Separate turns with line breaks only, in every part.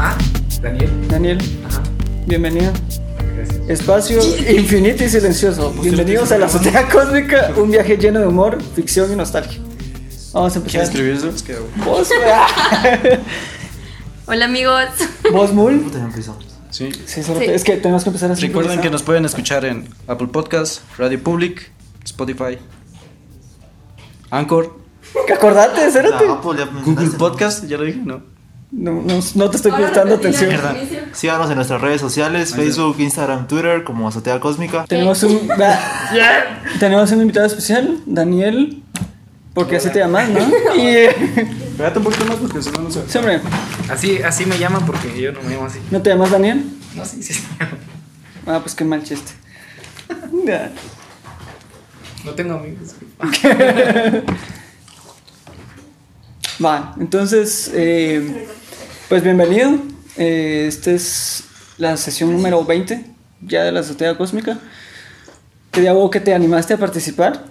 Ah,
bienvenido.
Gracias.
Espacio infinito y silencioso. Bienvenidos a la azotea cósmica, un viaje lleno de humor, ficción y nostalgia. Vamos a empezar.
¿Quieres escribir eso? Es que
Vos, ah.
Hola amigos.
vos, Mul.
Puta, ya empezamos.
Sí.
Sí, solo
Sí.
te- es que tenemos que empezar a
Recuerden que nos pueden escuchar en Apple Podcast, Radio Public, Spotify, Anchor,
Acordate, espérate.
La Apple ya
Google
mencionaste, ¿no?
Podcast, ya lo dije, ¿no?
No, no, no te estoy prestando atención.
Mierda. Síganos en nuestras redes
Ahí
sociales,
está.
Facebook, Instagram, Twitter, como Azotea Cósmica.
Tenemos un, da- tenemos un invitado especial, Daniel. Porque así te llamas, ¿no? Y. eh,
Espérate un poquito más porque si no, no sé.
sí, hombre,
Así, así me llaman porque yo no me llamo así.
¿no te llamas Daniel?
No, sí, sí.
Ah, pues qué mal chiste. Ya.
No tengo amigos.
Va, entonces, eh, pues bienvenido. Eh, esta es la sesión número 20 ya de la azotea cósmica. Te digo que te animaste a participar,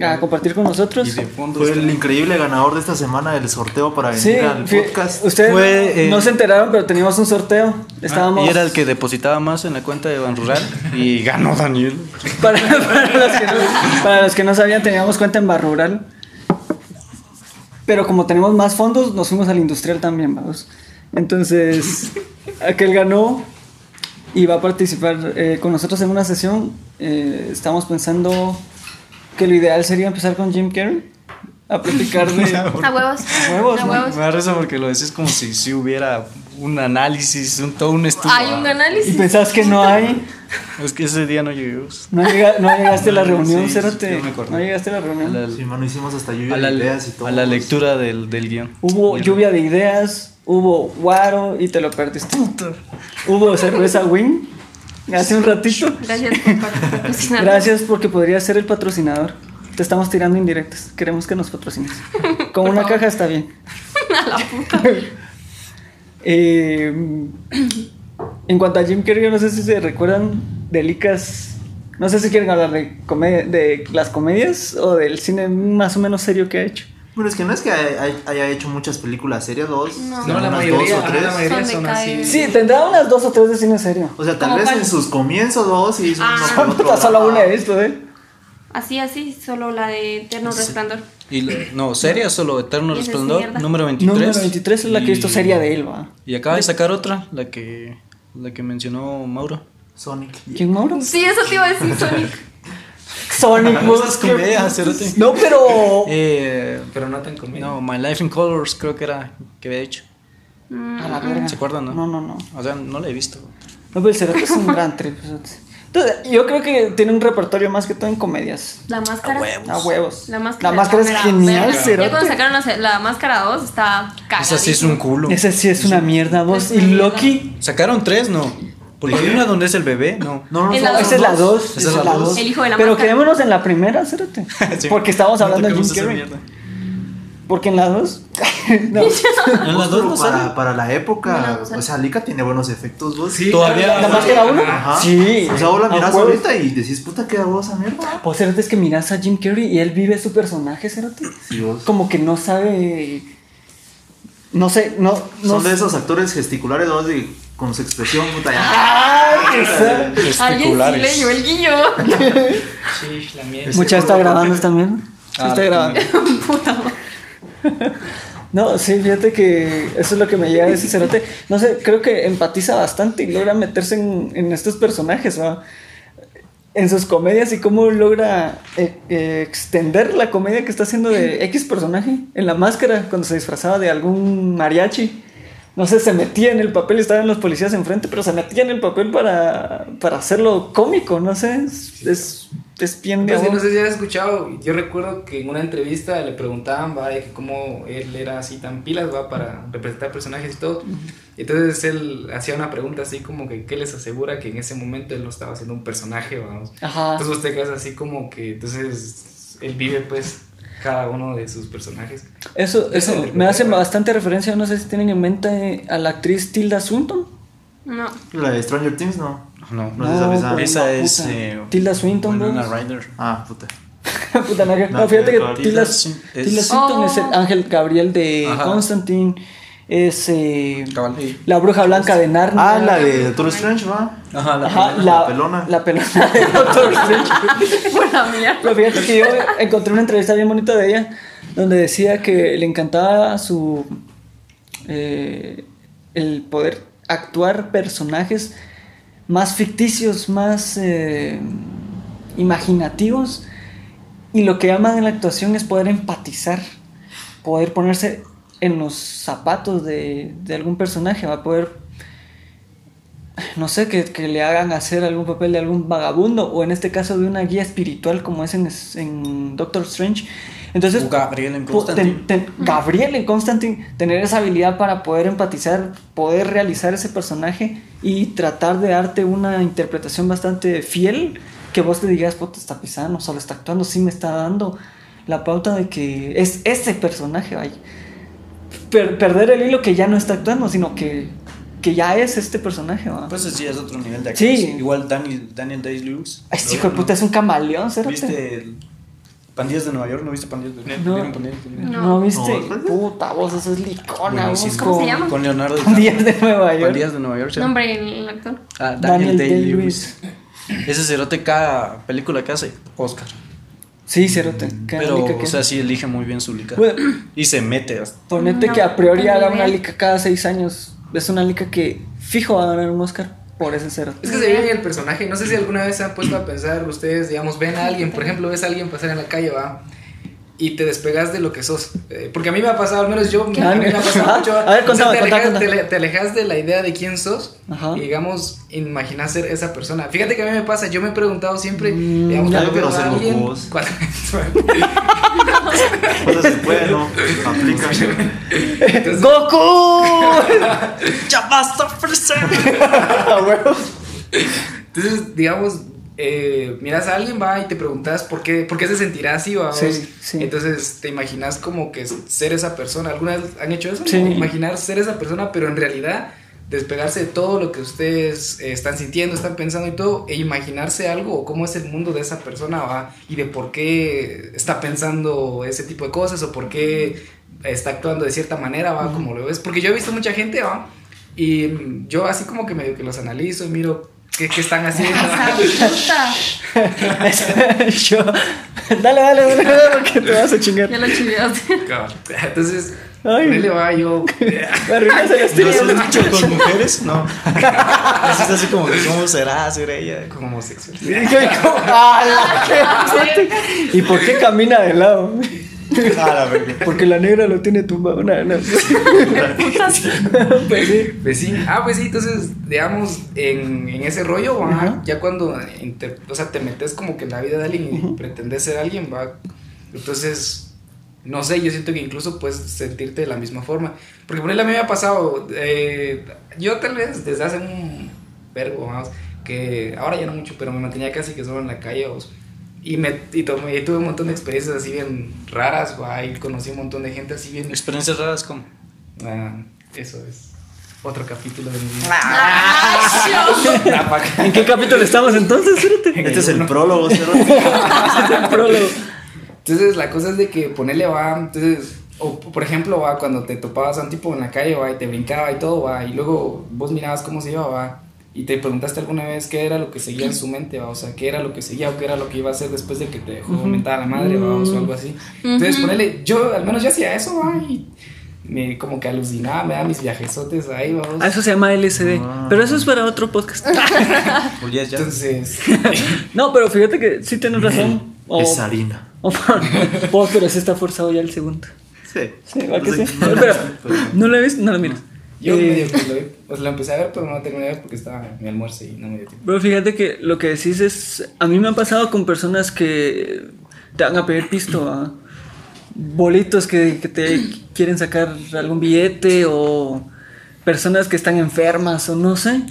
a compartir con nosotros.
Y de fondo
Fue
está-
el increíble ganador de esta semana del sorteo para venir
Sí,
al
fue-
podcast.
ustedes
Fue, eh, ah,
no se enteraron, pero teníamos un sorteo. Estábamos
Y era el que depositaba más en la cuenta de Ban Rural y ganó Daniel.
para, para los que no, para los que no sabían, teníamos cuenta en Barrural. Pero como tenemos más fondos, nos fuimos al industrial también, vamos. Entonces, aquel ganó y va a participar eh, con nosotros en una sesión. Eh, estamos pensando que lo ideal sería empezar con Jim Carrey a platicar de...
A huevos.
Huevos,
A
¿no?
huevos.
Me da risa porque lo decís como si, si hubiera un análisis, un, todo un estudio.
Hay un
Y
análisis.
pensás que no hay,
Es que ese día no llegamos.
no, llega- no llegaste a la
Sí,
reunión,
sí,
Cérate.
yo me acordé.
No llegaste a la reunión.
A la-
Sí, mano, hicimos hasta lluvia
a la,
de ideas y todo.
a la lectura del, del guión.
Hubo lluvia de ideas, hubo guaro y te lo perdiste. Hubo cerveza Wing hace un ratito.
Gracias por patrocinarnos.
Gracias porque podría ser el patrocinador. Te estamos tirando indirectas. Queremos que nos patrocines. Con una caja está bien. Eh, en cuanto a Jim Carrey, yo no sé si se recuerdan de Licas. No sé si quieren hablar de, come- de las comedias o del cine más o menos serio que ha hecho.
Bueno, es que no es que hay- hay- haya hecho muchas películas serias, dos.
No.
No, la
unas
mayoría,
Dos o
ajá,
tres.
la mayoría
Son de
son
caer.
así.
Sí, tendrá unas dos o tres de cine serio.
O sea, tal
Como
vez
cuál.
en sus comienzos dos y hizo uno
Ah.
que otro,
Puta, solo
ajá.
una he visto, ¿eh?
Así, así, solo la de Eterno Resplandor.
Y la- no, seria solo Eterno
Esa es
Resplandor,
mierda.
número 23.
Número 23 es la que he visto
Y-
seria de él, va.
Y acaba de sacar otra, la que, la que mencionó Mauro.
Sonic.
¿Quién Mauro?
Sí, eso te iba a decir, Sonic.
Sonic
Ah, Esas
Monster.
comedias, cerote.
No, pero.
Eh,
Pero no tan conmigo.
no, My Life in Colors creo que era que había hecho.
Mm,
A la verga.
¿Se acuerdan, no?
No, no, no.
O sea, no la he visto.
No, pero el Cerote es un gran trip. cerote. Entonces, yo creo que tiene un repertorio más que todo en comedias.
La máscara.
A huevos.
La máscara.
es
era
genial,
verga. Ya cuando
Cerote.
sacaron la, la máscara 2, estaba cagada.
Esa sí es un culo.
Esa sí es una mierda, vos. Y Loki.
Sacaron tres, no. Porque hay una donde es el bebé, no.
No, no,
En
son
la
las
dos.
Esa es la 2.
Esa es la dos.
El hijo de la
Pero
máscara.
quedémonos en la primera, Cerote.
Sí.
Porque estábamos
No
hablando de
tocamos
Jim
esa
Carrey.
mierda.
Porque en la 2. no.
En las dos no
para,
sale.
para la época,
No, no sale.
o sea, Lika tiene buenos efectos, vos.
Sí, Ah,
Todavía-
claro,
¿La máscara 1?
Ajá.
Sí.
O sea, vos la
A
mirás
huevos.
ahorita y decís, puta, qué hago esa mierda.
Pues Cerote es que miras a Jim Carrey y él vive su personaje, Cerote.
Sí, vos.
Como que no sabe. No sé, no. no
Son de
sé.
esos actores gesticulares, vos, de, con su expresión, puta, ya.
¡Ay, esa!
Alguien sí le
Gesticulares.
dio el guiño.
Sí, la mierda.
Mucha está grabando esta mierda. Sí
Ah,
está grabando.
Puta madre.
No, sí, fíjate que eso es lo que me llega de ese cerote. No sé, creo que empatiza bastante y logra meterse en, en estos personajes, ¿va? En sus comedias y cómo logra eh, eh, extender la comedia que está haciendo de X personaje. En la máscara, cuando se disfrazaba de algún mariachi. No sé, se metía en el papel, estaban los policías enfrente, pero se metía en el papel para, para hacerlo cómico, no sé. Es, es, es bien de
Pues, sí, no
amor.
sé si has escuchado, yo recuerdo que en una entrevista le preguntaban, va, de que cómo él era así tan pilas, va, para representar personajes y todo. Y entonces él hacía una pregunta así como que, ¿qué les asegura que en ese momento él no estaba haciendo un personaje, vamos?
Ajá.
Entonces usted queda así como que, entonces, él vive pues cada uno de sus personajes.
Eso,
Es
eso
el
me hace
primero.
bastante referencia, no sé si tienen en mente a la actriz Tilda Swinton.
No.
La de Stranger Things, no.
No,
No. sé si sabes, ah.
por
Esa
la
es.
puta.
eh,
Tilda Swinton,
Winona
bro.
Ryder.
Ah, puta.
Puta madre. No,
No,
fíjate que
pero
Tilda,
Tilda Swin-
Tilda
es-
Swinton
Oh.
es el Ángel Gabriel de
Ajá.
Constantine. es eh,
Cabal.
La Bruja Blanca de Narnia.
Ah, la de Doctor Strange, ¿va?
Ajá, la
Ajá,
Ajá.
la,
la pelona.
La pelona de Doctor Strange.
Por la mía.
Pero fíjate que yo encontré una entrevista bien bonita de ella, donde decía que le encantaba su. eh, el poder actuar personajes más ficticios, más eh, imaginativos. Y lo que aman en la actuación es poder empatizar, poder ponerse en los zapatos de, de algún personaje, va a poder no sé, que, que le hagan hacer algún papel de algún vagabundo o en este caso de una guía espiritual como es en, en Doctor Strange. Entonces,
O Gabriel en
po-
Constantine.
ten- ten- Gabriel en Constantine, tener esa habilidad para poder empatizar, poder realizar ese personaje y tratar de darte una interpretación bastante fiel que vos te digas, puta, está pisando, solo está actuando, sí me está dando la pauta de que es ese personaje, vaya. Per- perder el hilo que ya no está actuando, sino que, que ya es este personaje,
Ah,
va.
Pues sí, es otro nivel de
Sí.
actriz. Igual Daniel, Daniel Day-Lewis.
Ay, este hijo de puta, es un camaleón, ¿cierto?
¿Viste el Pandillas de Nueva York? ¿No viste Pandillas de Nueva York?
No.
¿Vieron Pandillas de Nueva York?
No,
No.
viste.
No.
Puta, vos, eso es licona, vos.
Buenísimo.
¿Cómo se llama?
Con Leonardo
Pandillas de Nueva York.
Pandillas de Nueva York. se llama.
Nombre el actor.
Ah,
Daniel
Daniel,
Day-Lewis.
Day-Lewis. Ese cerote cada película que hace, Oscar.
Sí, cerote. qué
Pero,
rica que
o sea,
es.
sí elige muy bien su lica.
Bueno,
Y se mete hasta.
ponete
No,
que a priori
tengo
haga
idea.
una lica cada seis años. Es una lica que fijo va a ganar un Oscar por ese cerote.
Es que se vive en el personaje. No sé si alguna vez se han puesto a pensar, ustedes, digamos, ven a alguien, por ejemplo, ves a alguien pasar en la calle, va. Y te despegas de lo que sos. Eh, porque a mí me ha pasado, al menos yo,
¿Qué?
a mí me ha pasado mucho.
A ver, contame,
te,
contá,
alejas,
contá.
te ale- te alejas de la idea de quién sos
Ajá.
y, digamos, imaginas ser esa persona. Fíjate que a mí me pasa, yo me he preguntado siempre,
Mm,
digamos,
ya
cuando
yo quiero
veo a
ser Goku,
alguien,
vos.
cuando-
Pues se puede, ¿no? Aplica.
Entonces-
¡Goku!
¡Ya basta, Freezer!
A huevo.
Entonces, digamos, eh, miras a alguien, va, y te preguntas por qué, por qué se sentirá así, va.
Sí,
vos?
sí.
Entonces, te imaginas como que ser esa persona. ¿Alguna vez han hecho eso?
Sí.
Imaginar ser esa persona, pero en realidad despegarse de todo lo que ustedes eh, están sintiendo, están pensando y todo, e imaginarse algo o cómo es el mundo de esa persona, va, y de por qué está pensando ese tipo de cosas o por qué está actuando de cierta manera, va, como lo ves. Porque yo he visto mucha gente, va, y mm, yo así como que medio que los analizo y miro qué, qué están haciendo.
Ah,
Esa puta.
Yo. Dale, dale, dale, dale, que te vas a chingar.
Ya lo chiviaste.
Cabal. Entonces,
Ay.
ponele, va, yo...
Me arruinas el
¿No se
estilo.
has dicho con mujeres? No. Así es así como, ¿cómo será ser ella?
Como homosexual.
¿Y por qué camina de lado?
Ah, la verga.
Porque la negra lo tiene tumbado. No, no. Pues sí.
Pues sí, ah, pues sí, entonces, digamos, en, en ese rollo, va,
Ajá.
ya cuando inter- o sea, te metes como que en la vida de alguien y pretendes ser alguien, va, entonces, no sé, yo siento que incluso puedes sentirte de la misma forma, porque por ahí a mí me ha pasado, eh, yo tal vez desde hace un verbo, vamos, que ahora ya no mucho, pero me mantenía casi que solo en la calle, vamos, y, me, y, tomé- y tuve un montón de experiencias así bien raras, va, y conocí un montón de gente así bien...
Experiencias raras como.
Ah, eso es otro capítulo de mi vida.
Ah.
Ay, yo.
¿En qué capítulo estamos entonces? Espérate.
Este es el prólogo, cerote.
Prólogo.
Entonces la cosa es de que ponerle va, entonces, o por ejemplo va, cuando te topabas a un tipo en la calle va y te brincaba y todo va, y luego vos mirabas cómo se iba va, y te preguntaste alguna vez qué era lo que seguía en su mente va, o sea, qué era lo que seguía o qué era lo que iba a hacer después de que te dejó mentada la madre va, o algo así. Entonces
Ujú.
ponele, yo al menos yo hacía eso va, y me como que alucinaba, me daba mis viajesotes ahí va.
Ah, eso se llama LSD. Pero eso es para otro podcast.
Pues ya, ya.
Entonces,
No, pero fíjate que sí tienes razón. O,
Es harina.
o- oh, pero sí está forzado ya el segundo.
Sí.
Sí, ¿verdad que
Entonces,
sí?
no, no,
Pero-
pero-
No lo he visto, no lo miras.
yo
Eh,
medio que lo, vi, pues, lo empecé a ver, pero no lo terminé de ver porque estaba en mi almuerzo y no me dio tiempo.
Pero fíjate que lo que decís es. A mí me ha pasado con personas que te van a pedir pisto, ¿va? bolitos que, que te quieren sacar algún billete o personas que están enfermas o no sé.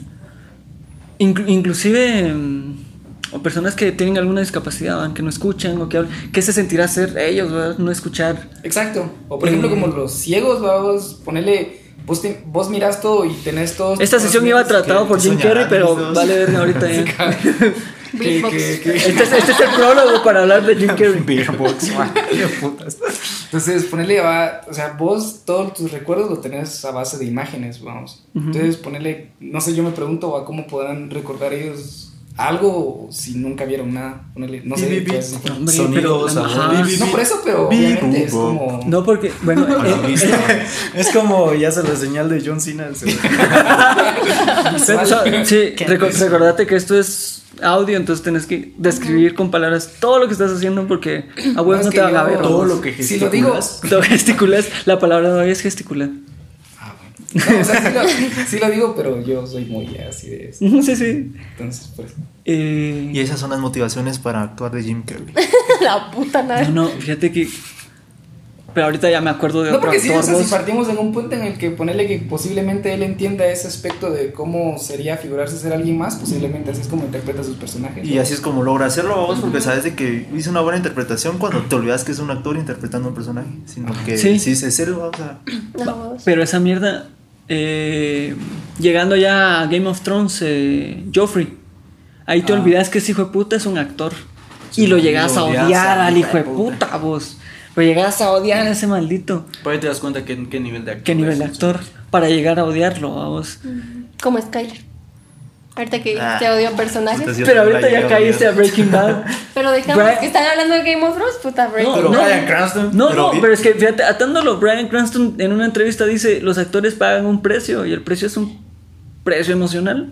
Inclu- inclusive. mm, O personas que tienen alguna discapacidad, ¿va? que no escuchan o que hablan. ¿Qué se sentirá ser ellos, ¿va? no escuchar?
Exacto. O por ejemplo,
Eh.
como los ciegos, vamos, ponele. Vos, te- vos mirás todo y tenés todo.
Esta sesión iba tratado por Jim Carrey,
soñarán,
pero
esos.
vale verga ahorita ya.
Que,
Beatbox.
que, que-
¿eh? Este es, este es el prólogo para hablar de Jim Carrey.
Beer box, man, qué putas.
Entonces, ponele, va, o sea, vos todos tus recuerdos lo tenés a base de imágenes, vamos. Entonces, ponele, no sé, yo me pregunto, va, cómo podrán recordar ellos algo si nunca vieron nada. Ponele, no sé. pues,
Hombre,
Sonidos,
pero-
sabor.
Ajá.
no por eso, pero
Bi-
obviamente es
bu- bu-
como...
No, porque, bueno,
A la
eh,
vista. Es como ya se la señal de John Cena. se-
Pero, o sea, sí, reco- recordate que esto es audio, entonces tenés que describir con palabras todo lo que estás haciendo porque a huevo
es
no
que
te van
yo-
a ver.
Todo lo que
Si lo digo,
gesticulas.
Todo gesticulas, la palabra no es gesticular.
Ah,
no, o sea, sí lo, sí lo digo, pero yo soy muy así de eso.
Ujú, Sí, sí.
Entonces, pues...
Eh,
Y esas son las motivaciones para actuar de Jim Carrey.
La puta
no,
nada.
no, fíjate que. Pero ahorita ya me acuerdo de
No,
otro
porque sí, o
actor.
sea, si
vos.
partimos en un punto en el que ponerle que posiblemente él entienda ese aspecto de cómo sería figurarse ser alguien más, posiblemente así es como interpreta a sus personajes.
Y así es como logra hacerlo vos, porque sabes de que hizo una buena interpretación cuando te olvidas que es un actor interpretando a un personaje, sino que
Sí.
sí, se es él, o sea,
No, vos.
Pero esa mierda. eh, llegando ya a Game of Thrones, eh, Joffrey. Ahí te olvidas que ese hijo de puta es un actor. y Ah. lo llegas
lo
a
odias
odiar
a
al hijo de
puta.
puta, vos. Lo llegas a odiar a ese maldito.
Por ahí te das cuenta qué, qué nivel de actor.
¿Qué nivel de
es.
actor? Para llegar a odiarlo, a vos.
Como Skyler. Ahorita que
Ah.
te odio personajes.
puta, yo
Pero
también
ahorita
la
ya
llegué a odiar.
caíste a Breaking Bad.
Pero
Brian-
dejamos que están hablando de Game of Thrones, puta break.
No,
Pero
no,
Bryan Cranston,
No,
pero
no,
bien.
pero es que fíjate, atándolo, Brian Cranston en una entrevista dice, los actores pagan un precio y el precio es un precio emocional.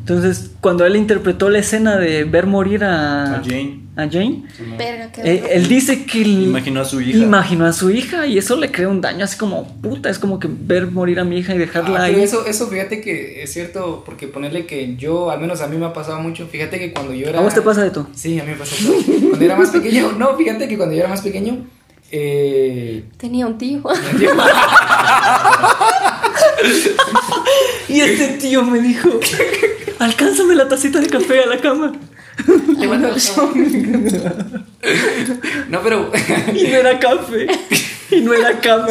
Entonces, cuando él interpretó la escena de ver morir a,
A Ah, Jane.
a Jane,
Verga, qué
eh, él dice que el-
Imaginó a su hija.
Imaginó a su hija y eso le crea un daño así como puta, es como que ver morir a mi hija y dejarla
Ah,
ahí.
pero eso, eso fíjate que es cierto, porque ponerle que yo, al menos a mí me ha pasado mucho, fíjate que cuando yo era...
¿A vos te pasa de todo?
Sí, a mí me pasó todo. Cuando era más pequeño, no, fíjate que cuando yo era más pequeño, eh...
Tenía un tío.
Y este tío me dijo, alcánzame la tacita de café a la cama.
Te mando el show. No, pero...
Y no era café. Y no era cama.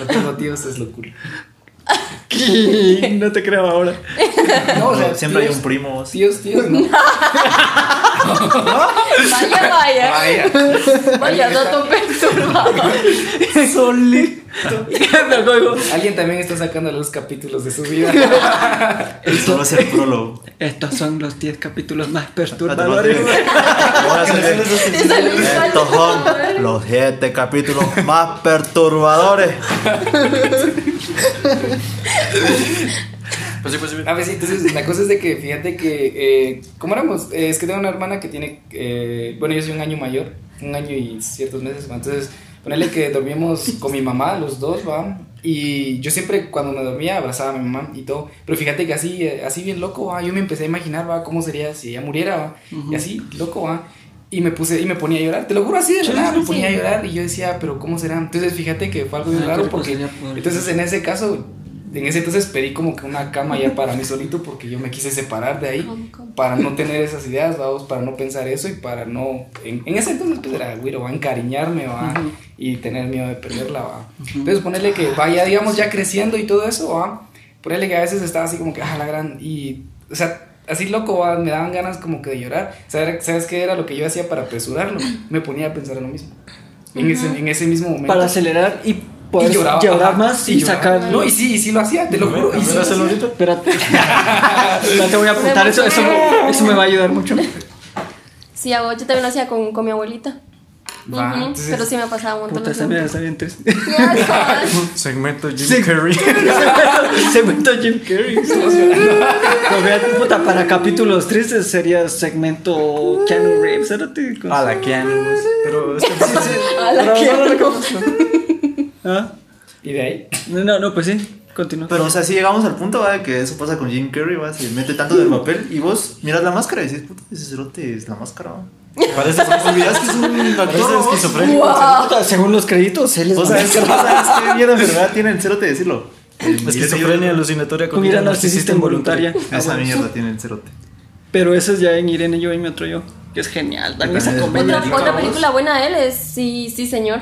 No tengo tíos, es locura.
¿Qué? No te creo ahora.
No, o sea,
siempre hay
tíos-
un primo. vos.
Tíos, tíos, no.
Vaya, vaya.
Vaya.
Vaya, dato perturbado.
Solito. Me acuerdo.
Alguien también está sacando los capítulos de su vida.
Solo es el prólogo. Ah,
Estos son los 10 capítulos más
Ahora
perturbadores.
sí que-
Te salió igual.
Estos son los siete capítulos más perturbadores.
Pues sí, pues sí.
A ver, Ah, sí, entonces la cosa es de que fíjate que, eh, ¿cómo éramos? Eh, es que tengo una hermana que tiene, eh, bueno, yo soy un año mayor, un año y ciertos meses, ¿va? entonces ponerle que dormimos con mi mamá, los dos, ¿va? Y yo siempre cuando me dormía abrazaba a mi mamá y todo, pero fíjate que así, eh, así bien loco, ¿va? yo me empecé a imaginar, ¿va? ¿Cómo sería si ella muriera? ¿va? Y así, loco, ¿va? Y me puse, y me ponía a llorar, te lo juro así de la nada, me ponía a llorar y yo decía, pero ¿cómo será? Entonces fíjate que fue algo bien
Ay,
raro
qué
porque,
rico sería poder-
entonces en ese caso, en ese entonces pedí como que una cama ya para mí solito porque yo me quise separar de ahí para no tener esas ideas, vamos, para no pensar eso y para no, en, en ese entonces pues era, güey, va a encariñarme, va, y tener miedo de perderla, va. Entonces ponerle que vaya, digamos, ya creciendo y todo eso, va, ponerle que a veces estaba así como que, ah, la gran, y, o sea, así loco, va, me daban ganas como que de llorar. ¿Saber- ¿Sabes qué era lo que yo hacía para apresurarlo? Me ponía a pensar en lo mismo. En, ese, en ese mismo momento.
Para acelerar y poder
Y lloraba,
llorar
ajá,
más y,
lloraba.
sacar.
No, y sí, y sí lo hacía, te lo juro. Y pues, sí lo hacía.
Espérate. Ya te voy a apuntar. Eso, eso, eso me va a ayudar mucho.
Sí, hago, yo también lo hacía con, con mi abuelita.
Va,
Ujú,
entonces-
Pero sí me pasaba un montón
Puta,
de
esa mierda está bien triste.
Segmento Jim Carrey.
Segmento Jim Carrey. No, fíjate, puta, para capítulos tristes sería segmento Keanu Reeves. espérate, con-
A la Keanu. pues. Pero es que
A la
Pero
que-
no lo conozco. Ah,
Y de ahí.
No, no, pues sí, continúa.
Pero, o sea, si llegamos al punto ¿va? de que eso pasa con Jim Carrey, ¿va? se mete tanto del papel y vos miras la máscara y dices, puta, ese cerote es la máscara. ¿va?".
parece
Olvidas que es un actor
Parece
¿vos?
esquizofrénico.
Puta, según los créditos, él es
O sea, es que, ¿sabes qué miedo enfermedad tiene el cerote decirlo?
Esquizofrenia alucinatoria
con ira narcisista involuntaria.
Esa mierda tiene el cerote.
Pero eso es ya en Irene, yo y mi otro yo. Que es genial. También esa
También es
comedia.
Otra, otra película buena de él es Sí, sí, señor.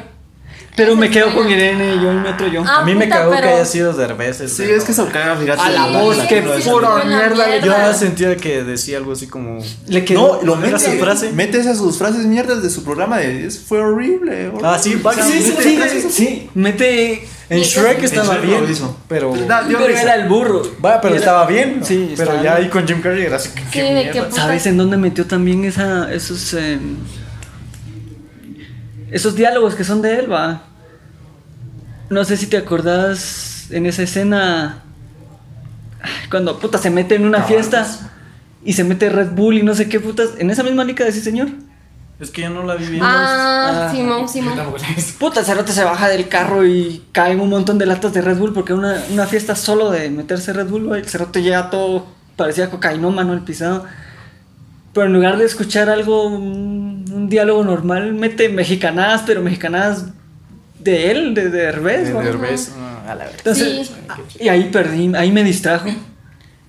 Pero me
se
quedo
extraña.
con Irene y yo en otro yo.
Ah,
a mí me
puta,
cagó que
pero-
haya sido Derbez. el
Sí,
verga.
es que eso caga, fíjate.
A la voz,
Sí,
qué
sí, sí,
puro
fue la
mierda le-
Yo
mierda.
sentía que decía algo así como.
Le quedó.
No, lo
¿Era
metes
su frase?
Mete esas sus frases mierdas de su programa. De, es- fue horrible. horrible".
Ah, sí,
O sea,
sí, sí,
mete
sí,
frases-
sí, mete.
En Shrek estaba
Shrek lo
bien.
hizo.
Pero.
Da- dio
Pero
risa.
era el burro.
Va, pero estaba bien.
Sí,
pero
estaba
ya
bien.
ahí con Jim Carrey era así. que-
Sí, de qué puta.
¿Sabes en dónde metió también esa, esos eh, esos diálogos que son de él, va? No sé si te acordás en esa escena ay, cuando puta se mete en una fiesta y se mete Red Bull y no sé qué putas. En esa misma lica de sí, señor.
Es que yo no la vi bien.
Ah,
Ah.
Simón,
Yo
Simón.
tampoco la he visto.
Puta, Cerote se baja del carro y caen un montón de latas de Red Bull porque una, una fiesta solo de meterse Red Bull, va, el Cerote llega todo, parecía cocainómano el pisado. Pero en lugar de escuchar algo, un, un diálogo normal, mete mexicanadas, pero mexicanadas de él, de, de Derbez, va.
Derbez. ah, a la verga.
Entonces,
Sí.
y ahí perdí, ahí me distrajo.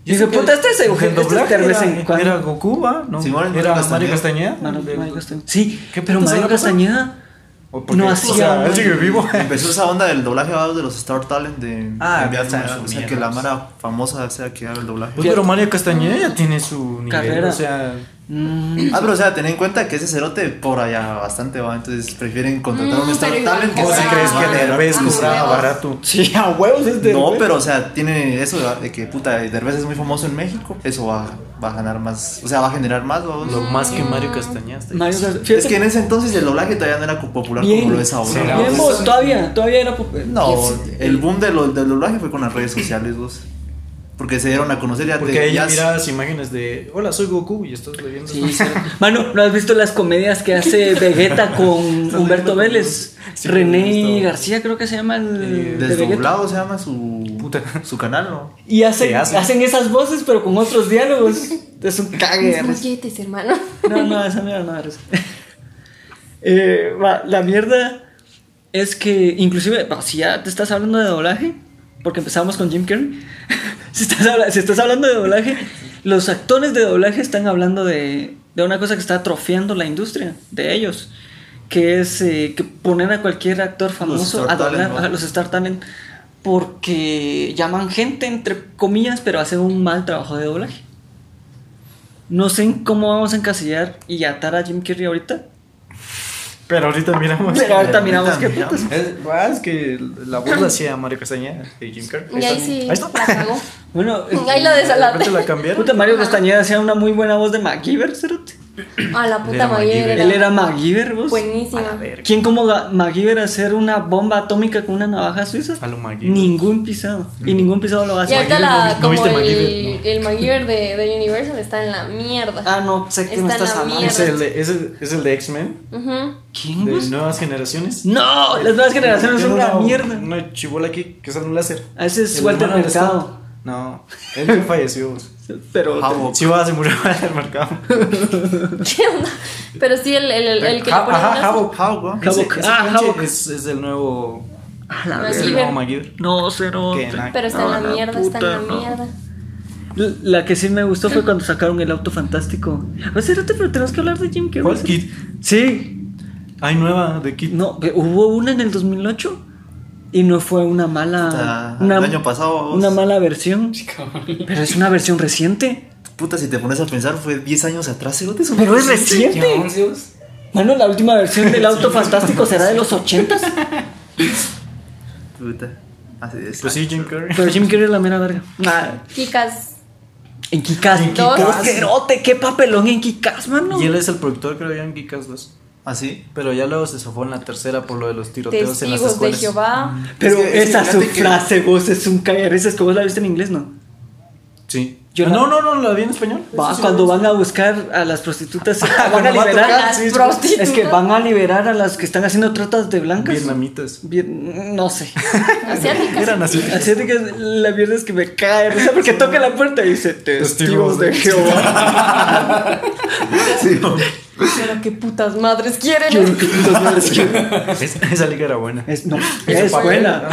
Y dije, puta, este es
En
Eugenio, este es
doblaje
Derbez
era-
en cuando.
Era Goku, ¿va? No.
Sí, Mario
era
Castañeda.
Mario Castañeda.
Mario-
De-
Mario Castañeda. Sí,
¿Qué
pero
putas
Mario
habrá pasado?
Castañeda
¿O por qué?
No
O
hacía,
sea, él
man.
sigue vivo.
Empezó esa onda del doblaje a de los Star Talent de
Ah,
enviar
o sea,
unos- o sea, que la
mierdas.
mara famosa sea que haga el doblaje.
Pues, pero Mario Castañeda ya tiene su nivel.
Carrera.
O sea,
Mm,
Ah, pero o sea, ten en cuenta que ese cerote por allá bastante va, entonces prefieren contratar
Mm,
un Star
pero igual
Talent
cobra.
¿vos
sea
Ah,
crees que
vaya,
Derbez
ah,
cobraba
huevos.
barato?
sí, a huevos es Derbez.
No, pero o sea, tiene eso de- de que puta, Derbez es muy famoso en México, eso va, va a ganar más, o sea, va a generar más, vamos.
Lo más que Mario Castañeda. está ahí.
Mario Castañeda.
Es
Fíjate
que en ese entonces el doblaje todavía no era co- popular
Bien.
como lo es
Sí,
ahora.
la
Bien,
Pues,
vos, todavía, todavía era pop-
No, el boom de lo- del doblaje fue con las redes sociales, vos. Porque se dieron a conocer ya
Porque
te-
ella
ya-
mira las imágenes de Hola, soy Goku y estás leyendo.
Sí, sí. Mano, ¿no has visto las comedias que hace Vegeta con Humberto Vélez?
Sí, he
René
visto.
García creo que se llama
Eh,
el de Vegeta.
Desdoblado se llama su
Puta.
su canal, ¿no?
Y hacen,
¿Qué hacen?
hacen esas voces pero con otros diálogos. Es un cague. de
Mis
risa.
molletes, hermano.
No, no, esa mierda no da risa. Eh, va, la mierda es que inclusive, va, si ya te estás hablando de doblaje, porque empezamos con Jim Carrey, si, estás habla- si estás hablando de doblaje, los actores de doblaje están hablando de, de una cosa que está atrofiando la industria de ellos, que es eh, que poner a cualquier actor famoso
Star
a doblar
Talent, ¿no?
ajá, los Star Talent porque llaman gente, entre comillas, pero hacen un mal trabajo de doblaje. No sé en cómo vamos a encasillar y atar a Jim Carrey ahorita.
Pero ahorita miramos.
Pero ahorita miramos qué
miramos.
putas.
Es, bueno, es que la voz la hacía Mario Castañeda de Jim Carrey.
Y ahí sí,
Ahí está.
la cagó.
Bueno, eh,
Ahí lo
De repente
desalate.
la cambiaron.
puta Mario Castañeda hacía una muy buena voz de MacGyver, cerote.
A la
Era
puta mayor.
MacGyver.
Él era MacGyver, vos.
pues, Buenísima.
¿Quién como Ga- MacGyver hacer una bomba atómica con una navaja suiza?
A lo MacGyver.
Ningún pisado. Y ningún pisado lo va a
Y
hacer.
ahorita
MacGyver,
la,
Ah, ¿no
como
viste
el,
MacGyver?
el MacGyver de, de Universal está en la mierda.
Ah, no, sé que me
Está
estás
la
hablando.
Es el de, es el- es el de X-Men,
Ujú.
¿Quién,
de
vos?
Nuevas Generaciones.
No, las nuevas generaciones son
Tiene
una mierda.
Una chibola aquí que sale un láser.
Ah, ese es
El
Walter
hermano de
Mercado.
Scott. No, él ya falleció.
Pero
Javo.
Si va, se murió Walter Mercado.
¿Qué onda? Pero sí, el, el, el, el que le
Ja-
pone
Ajá,
el lazo.
Havok.
How, ¿no?
Ese-
Havok.
ese
Ah,
pinche
Havok. Ah,
Es, es el nuevo.
A la
Es el
verga.
nuevo MacGyver.
No, cero.
Que nada.
Pero está en la
Ah, la
mierda, está en la
puta, no.
mierda.
La que sí me gustó fue cuando sacaron el auto fantástico. O sea, espérate, pero tenemos que hablar de Jim Carrey.
¿Cuál Kid?
Sí.
Hay nueva de Kid.
No, pe- hubo una en el 2008 y no fue una mala.
Puta,
una-
Ah, el año pasado, vos.
Una mala versión. Pero es una versión reciente.
Puta, si te pones a pensar, fue 10 años atrás, ¿eh? cerote. eso
Pero
no
es
¿Qué
reciente.
anuncios?
Mano, la última versión del auto fantástico será de los 80.
Puta. Hace 10
Pues sí, Jim Carrey.
Pero Jim Carrey es la mera verga.
Chicas,
En Kikas.
En Kick-Ass.
Posterote, qué papelón en Kikas, mano.
Y él es el productor, creo yo, en Geekas 2.
Así.
Pero ya luego se zafó en la tercera por lo de los tiroteos en las
testigos de
escuelas.
Jehová.
Pero
Es que- es
esa
que
su
fíjate que-
frase, vos, es un cagarrisas que vos la viste en inglés, ¿no?
Sí.
Yo
Ah,
la-
no, no, no, la vi en español.
Va,
Eso sí
cuando
lo vi.
van a buscar a las prostitutas, van a
cuando va a
liberar
tocar,
sí, sí. Prostitutas.
Es que van a liberar a las que están haciendo tratas de blancas.
Vietnamitas.
Bien, no sé.
Asiáticas.
Eran así.
Así de que la mierda es que me cae de risa porque toca la puerta y dice testigos
Testigos
de
de-
Jehová.
Sí, vos.
Pero qué putas madres quieren.
Yo creo que putas madres que-
Es- esa liga era buena.
es no,
Su
es
papel-
buena.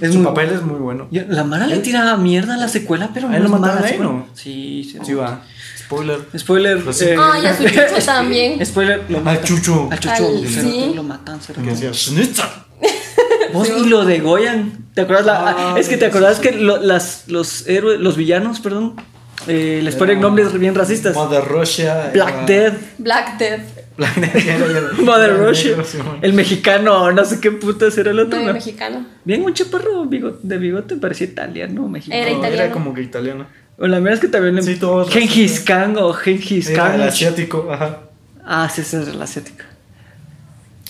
Es
Su
muy-
papel es muy bueno.
Ya, La Mara le tira mierda a la secuela, pero
¿A
no
él
es
lo mataron
mala
ahí,
secuela.
no?
Sí, sí.
Sí, va. Spoiler.
Spoiler. eh,
Lo sí.
Ah, y a su chucho también.
Spoiler. Lo
Al chucho.
Al chucho.
Al-
cerote,
sí.
Lo matan, cerote.
Que decía, "Schnitzer".
vos y lo degollan. ¿Te acuerdas? la- ah, es que te acordás que lo- las, los héroes, los villanos, perdón, eh, les ponen nombres bien racistas.
Mother Russia.
Black Death,
Black Death.
Black Death.
Mother Russia, el mexicano, no sé qué putas era el
No,
otro.
era
¿no?
mexicano.
Bien, un chaparro bigo- de bigote, parecía italiano o mexicano.
Era
Era,
italiano.
como que italiano.
O la verdad es que también le.
Sí, todos
Gengis Khan o Gengis
Era el
Khan.
asiático, ajá.
Ah, sí, ese es la asiática.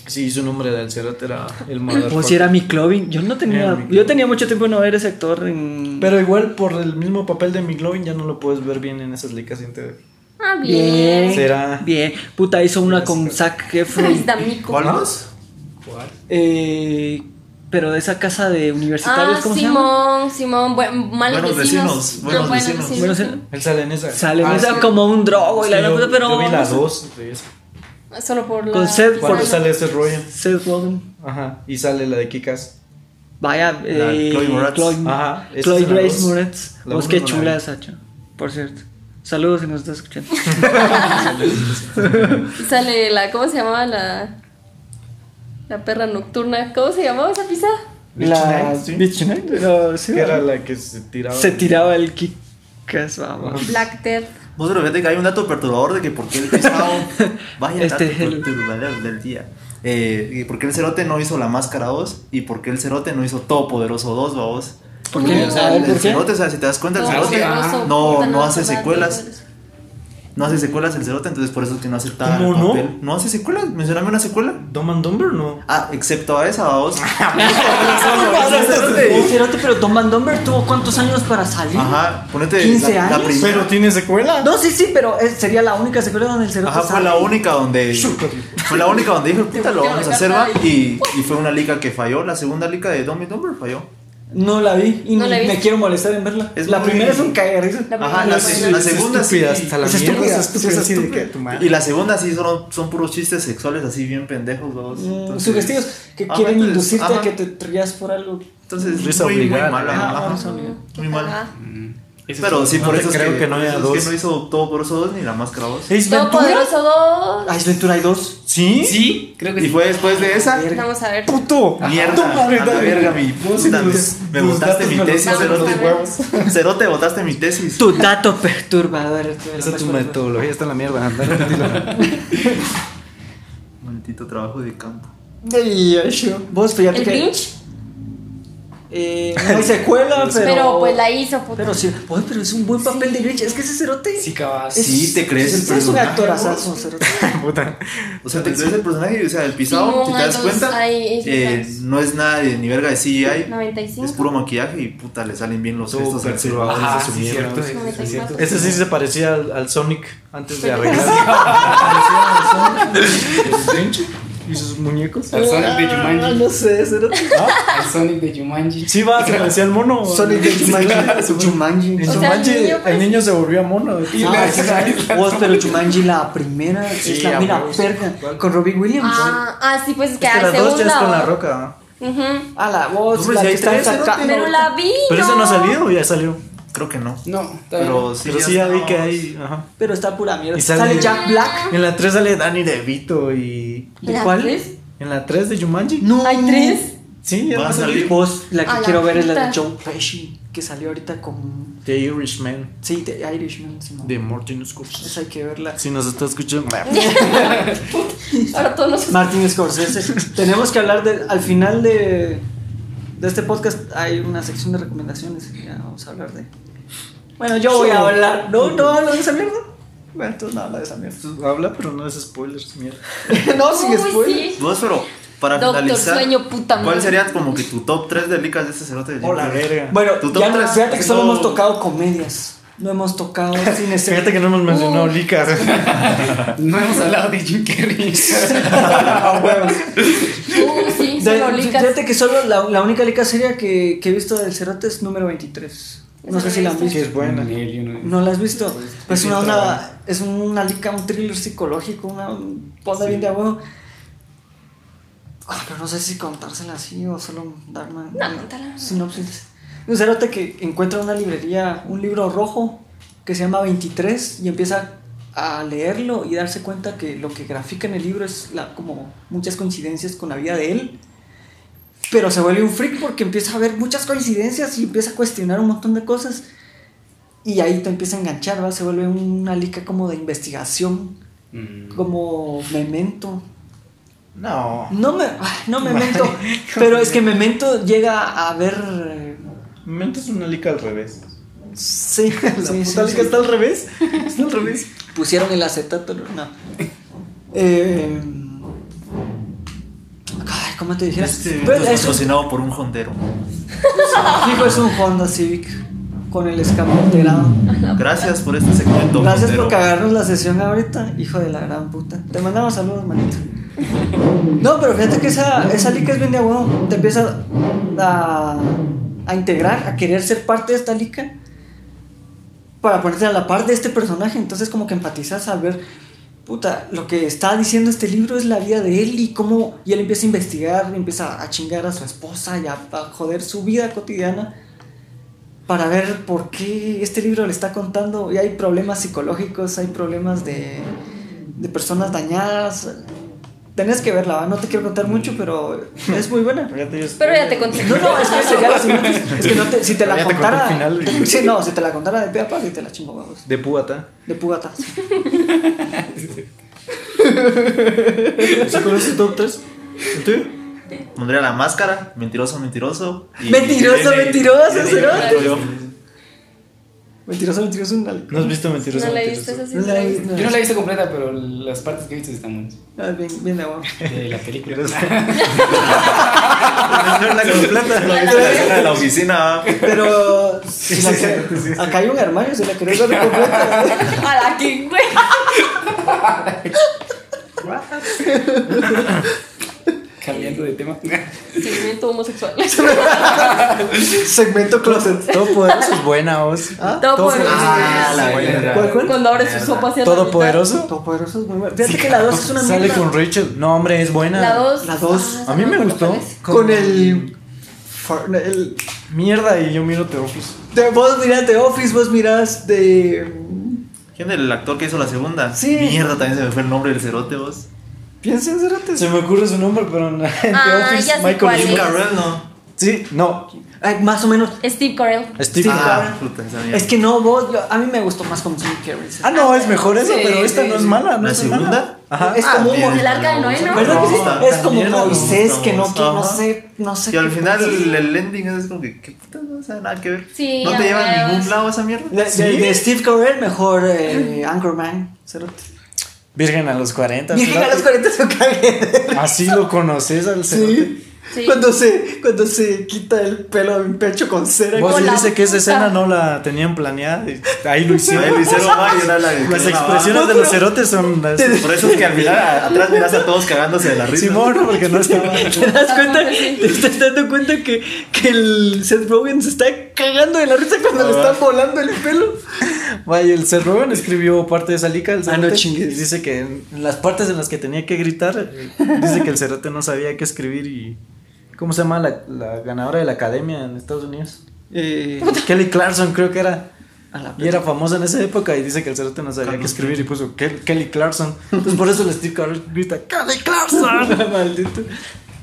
Sí, su nombre del cerote era el Mother
O si era mi Clovin. Yo no
Era
tenía.
Mick
Yo tenía mucho tiempo de no ver ese actor en.
Pero igual por el mismo papel de McLovin ya no lo puedes ver bien en esas licas sin te-
Ah, bien.
Será.
Bien. Puta, hizo una con Zac Efron.
Es D'Amico.
¿Cuál más?
¿Cuál?
Eh, pero de esa casa de universitarios,
Ah,
¿cómo se llama?
Simón, Simón, buen- malos
Buenos
vecinos.
vecinos, buenos
Los
vecinos.
Bueno, se-
Él sale en esa.
sale
Ah,
en esa
sí.
como un drogo y
Sí,
la
yo,
puta, pero.
yo vi la
vamos a-
dos de esa.
Solo por la.
Con sed,
pizarra.
Cuando sale ese Ryan.
Seth Rogen.
Ajá. Y sale la de Kikas.
Vaya,
La
eh,
Chloe Moretz.
Chloe,
Ajá, esa
Chloe
es la
Grace
dos.
Moretz.
La
Vos
uno
qué
no la
chula
vi.
es, Sacha, por cierto. Saludos si nos estás escuchando.
Sale la. ¿Cómo se llamaba la. La perra nocturna? ¿Cómo se llamaba esa pizza?
la
Night, sí.
Bitch Night, pero sí,
Que era
¿verdad?
la que se tiraba.
se tiraba el Kikas, vamos.
Black Death.
Vos pero fíjate que hay un dato perturbador de que por qué el pesado. Vaya
Este es
dato
el-
perturbador del día. Eh, y por qué el cerote no hizo la máscara 2 y por qué el cerote no hizo Todopoderoso 2, babos.
¿Por
Porque,
qué?
o sea,
A ver,
el
¿por qué?
cerote, o sea, si te das cuenta, el
Todo
cerote
poderoso,
ah, no-
puta,
no
me
hace
acordaba de
secuelas.
eso.
no hace secuelas el cerote, entonces por eso es que no aceptaba el
¿Cómo no?
papel. no? hace secuelas, mencioname una secuela.
Dumb and Dumber, no.
Ah, excepto a esa, babos.
Oye, Cerote, pero Tom Van Dumber tuvo cuántos años para salir?
Ajá, ponete
15
la, la
años.
primera.
Pero tiene secuela.
No, sí, sí, pero es- sería la única secuela donde el cerote
Ajá,
pues
fue
sale.
la única donde. Fue la única donde dijo, puta, lo vamos a hacer, va. Y, y fue una liga que falló, la segunda liga de Dumb and Dumber falló.
No la vi y
No
ni-
la vi.
me quiero molestar en verla.
Es
la
muy-
primera es un cagarrizo.
La
Ajá,
primera
la,
fue-
se- la segunda sí.
estúpida, hasta la
Es
mierda.
estúpida,
Es estúpida,
es
así de
estúpida.
que tu
Y
madre.
la segunda sí son, son puros chistes sexuales así bien pendejos, babos.
Mm,
Entonces-
Sugestivos Mm, que
Ajá,
quieren
entonces-
inducirte a
ajá.
que te trías por algo.
Entonces,
Risa
muy, muy
obligada,
mala.
¿no?
ajá.
Vamos a ver.
Muy mal.
Ajá.
Mm, Ese
Pero
es-
sí,
No
por
te
eso es
creo
que,
que no
por
haya
eso es que
dos.
no hizo todo por eso dos ni la máscara dos.
¿Ace Ventura?
Todopoderoso 2.
Ace Ventura hay dos.
Sí.
Sí, creo que
Y
sí.
fue después de esa.
Vamos a ver.
Puto.
Mierda,
Tu madre,
a la
dale.
verga, mi
Vos y
puta,
tus-
me- me
tus
botaste
datos
mi
me los
tesis,
datos
cerote.
de huevos.
Cerote, votaste mi tesis.
Tu dato perturbador. esto de la
Esa tu
perturbadora.
metodología está en la mierda. anda, repítela.
Maldito trabajo de campo.
Ey, yo. Vos fíjate
El
que.
Grinch.
eh, no hay secuela, pero.
Pero pues la hizo, puta.
Pero sí. Oye, pero es un buen papel de Grinch. Es que ese cerote.
Sí, cabal.
es-
Sí, te crees el
Es un
personaje,
actorazazo, cerote.
Puta.
O sea, te crees el personaje, o sea, el pisado,
Simón,
si te das
hay dos-
cuenta,
hay- hay
eh,
dos.
no es nada de ni verga de CGI,
95.
es puro maquillaje y puta, le salen bien los
Todo
gestos al
perturbador.
cerote.
Ajá,
es de su
Ah, sí,
mierda.
cierto, sí, sí, cierto.
Ese sí se parecía al, al Sonic antes de arreglar. ¿Y sus muñecos?
Al Sonic de Jumanji.
No sé, cerote.
Al Sonic de Jumanji.
Ah, Sí, va, se parecía al mono.
Sonic de Chumanji. Chumanji.
En
O sea,
Jumanji,
el niño
el
parece-
niño se volvió a mono.
Ah, sí. Vos, pero Chumanji, la primera es
Sí,
la
a
mira
huevos.
perra. Con Robbie Williams.
Ah, ah, sí, pues que
Es que
al
las dos ya es con la
segundo.
roca. ¿no?
Ujú.
A la voz,
Hombre,
la
si
que
hay
están
tres,
sacando.
Pero la vi.
¿Pero ese no ha salido o ya salió?
Creo que no.
No, está bien.
Pero sí,
Pero sí ya vi que
estamos.
hay. Ajá.
Pero está pura mierda.
Y
Sale,
sale-
Jack Black.
En la 3 sale Danny DeVito y.
¿De
¿La
cuál?
tres?
En la 3 de Jumanji.
No.
Hay tres.
Sí, ya
Va
va
a
a salir.
salir.
Vos, la que
A la
quiero ver es la de
puta.
Joe Pesci, que salió ahorita con.
The Irishman
Sí, de Irishman. si no.
de Martin Scorsese.
Esa hay que verla.
Si nos está escuchando.
Ahora todos nos.
Martin Scorsese. Tenemos que hablar de. Al final de. De este podcast hay una sección de recomendaciones. Ya vamos a hablar de. Bueno, yo voy a hablar. No, no hablo de esa mierda. Bueno, entonces no habla de esa mierda.
Pues, Habla, pero no es spoilers, mierda.
no, sin
Uy,
spoiler.
sí.
Vos, pero para
Doctor
finalizar,
Sueño, puta madre.
¿cuál sería como que tu top 3 de licas de este cerote? de
Hola,
Jim Carrey?
verga.
Bueno,
Tu top
ya no,
tres.
fíjate que solo
No.
hemos tocado comedias. No hemos tocado cine.
Fíjate que no hemos mencionado
Uh.
Licas.
No hemos hablado de Jim Carrey.
Ah, huevos.
Uh, sí,
De-
solo licas.
Fíjate que solo la, la única lica seria que, que he visto del Cerote es número 23. No
Esa
sé si la
no
han
la he
visto.
que es buena.
Ni él, yo no-
¿No la has visto? Pues
sí,
una,
está
una-
buena.
es una lica, un thriller psicológico, una poda bien de abajo. Ah, pero no sé si contársela así o solo dar una una
contala.
sinopsis. Un Cerote que encuentra en una librería un libro rojo que se llama 23 y empieza a leerlo y darse cuenta que lo que grafica en el libro es la, como muchas coincidencias con la vida de él Pero se vuelve un freak porque empieza a ver muchas coincidencias y empieza a cuestionar un montón de cosas. Y ahí te empieza a enganchar, ¿va? Se vuelve una lica como de investigación,
Mm.
como memento.
No.
No me, ay, no memento, pero es que memento llega a ver. eh,
Mentes una lica al revés.
Sí,
La
sí, sí,
puta lica
sí.
está al revés. Está al revés.
Pusieron el acetato, no. no. Eh, ay, ¿Cómo te dijeras?
Este
Pues,
evento es
es un-
patrocinado por un hondero.
Fijo es un Honda Civic con el escape alterado.
Gracias por este segmento.
Gracias por
hondero.
cagarnos la sesión ahorita, hijo de la gran puta. Te mandamos saludos, manito. No, pero fíjate que esa, esa lica es bien de a huevo. Te empieza a, a integrar, a querer ser parte de esta lica para ponerte a la par de este personaje. Entonces, como que empatizas al ver, puta, lo que está diciendo este libro es la vida de él y cómo. Y él empieza a investigar, empieza a chingar a su esposa y a, a joder su vida cotidiana para ver por qué este libro le está contando. Y hay problemas psicológicos, hay problemas de, de personas dañadas. Tenés que verla, ¿va? no te quiero contar mucho, pero es muy buena.
Fíjate, yo estoy-
Pero ya te conté.
No, no, es que sería la siguiente. Es que no te- si te la
Ya te corté el
contara.
final.
Sí, no, si te la contara de peapa, sí te la chingo, vamos.
De Púata.
De pugatas.
¿Sí conoces top 3?
Pondría la máscara, mentiroso, mentiroso. y-
Mentiroso,
y-
mentiroso,
y-
cerote.
yo-
Mentiroso, mentiroso, un alcohol.
¿No has visto Mentiroso?
No la
Mentiroso?
viste esa sí.
No
no
la
la
vi,
viste.
no.
Yo no la he visto completa, pero las partes que he visto sí están buenas.
Ah, Bien, bien de agua.
De la película.
la completa. La escena de la oficina.
Pero. si la que- Acá hay un armario, si la querés dar completa.
A la que, güey.
Cambiando de tema.
Segmento homosexual.
Segmento closet.
Todopoderoso es buena, vos.
Todopoderoso.
Ah, la
¿Cuál, cuál?
Cuando abre su sopa hacia la
Todopoderoso.
Todopoderoso es muy bueno. Fíjate que la 2 es una
Sale
mierda.
con Rachel. No, hombre, es buena.
mitad. La dos.
La dos.
Ah,
A mí me
no,
gustó.
¿cuál es?
Con el. far- el
Mierda, y yo miro The Office.
de- vos mirás The Office, vos mirás de. mm,
¿Quién el actor que hizo la segunda?
Sí.
Mierda, también se me fue el nombre del cerote, vos.
Piensa en Cerate.
Se me ocurre su nombre, pero no. en
Ah,
The Office,
ya sé
Michael
cuál
Jim
Jim
es.
Carrey.
Carrell, no.
Sí, no.
Ay, más o menos.
Steve Carell.
Steve
Sí.
Ah, puta, esa mierda.
Es que no, vos. yo- a mí me gustó más con Jim Carrey.
Ah, no, es mejor esa,
Sí,
pero esta
sí,
no es
sí.
mala, Ah, ¿no?
¿La
es mala.
segunda?
Ajá.
Ah,
Es como.
bien.
El arca de Noé, ¿no?
¿Verdad que sí?
No,
es como
mierda, no,
Moisés que no,
no,
que no
ajá.
sé, no sé.
Y al
qué
final
pasa.
el, el ending es como que, ¿qué puta? No, o sea, nada que ver.
Sí,
no
a
te lleva a
huevos.
ningún lado esa mierda.
De, de- de Steve Carell, mejor eh, Anchorman. Cerote.
Virgen a los 40.
Virgen a
¿verdad?
los 40 se cagué.
Así lo conoces al cerote.
Sí.
Sí.
Cuando, se, cuando se quita el pelo de un pecho con cera.
Vos
Hola,
dice que esa
puta.
escena no la tenían planeada. y ahí lo
Sí,
hicieron.
el Liceo Mayo era la
Las
la-
expresiones de los cerotes son las.
Por eso es que al final a- atrás miras a todos cagándose de la risa.
Simón, porque no estaba.
¿Te das cuenta?
Ajá, Ah, sí.
¿Te estás dando cuenta que, que el Seth Rogen se está cagando de la risa cuando le está volando el pelo?
Vaya, el Seth Rogen escribió parte de esa lica. El
Ah, no
cerote,
chingues.
y Dice que en las partes en las que tenía que gritar, eh, dice que el cerote no sabía qué escribir y. ¿Cómo se llama la, la ganadora de la academia en Estados Unidos? Kelly Clarkson, creo que era.
Eh, A la Ah,
Y era famosa en esa época y dice que el cerote no sabía qué escribir y puso Kel- Kelly Clarkson. Entonces por eso el Steve Carell grita Kelly Clarkson.
Maldito.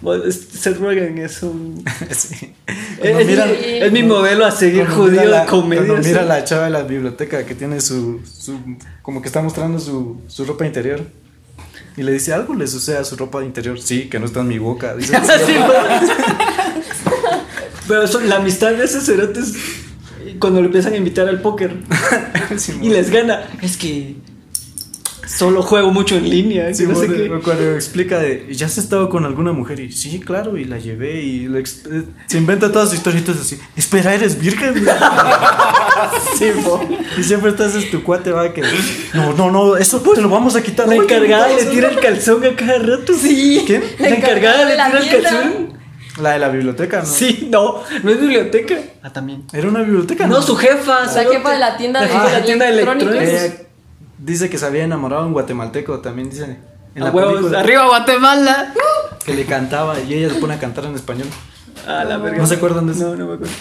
Bueno, es- Seth Rogen es un.
Sí.
Eh, Es,
Cuando mira-
mi, es mi modelo a seguir
Cuando
judío
mira la-
de ¿eh? comedia.
cuando mira
sí.
la chava de la biblioteca que tiene su, su- como que está mostrando su, su ropa interior. Y le dice algo le sucede a su ropa interior. Sí, que no está en mi boca. Dice,
Sí, bueno. Pero eso- la amistad de ese cerote es cuando le empiezan a invitar al póker
Simón.
y les gana. Es que solo juego mucho en línea. que no
Simón,
sé qué.
eh, cuando explica de "¿Y ya has estado con alguna mujer y sí, claro, y la llevé y lo ex- eh, se inventa todas sus historias y todo eso así. Espera, eres virgen. y siempre estás en tu cuate va que no, no, no, eso pues lo vamos a quitar.
La
Ay, qué
encargada le
vergüenza".
tira el calzón a cada rato. Sí.
¿Quién?
La encargada le
La
tira el
tienda.
calzón.
La de la biblioteca, ¿no?
Sí, no, no es biblioteca. Ah, también.
Era una biblioteca.
No, su jefa.
La
cerote.
jefa de la tienda de
jefa de Ah, la tienda de
electrónicos.
electrónicos.
Ella Eh, dice que se había enamorado de un guatemalteco, también dice en
A
la
huevos,
película
arriba Guatemala.
que le cantaba y ella se pone a cantar en español.
A Ah, la verga.
¿No se acuerdan de eso?
No, no me acuerdo.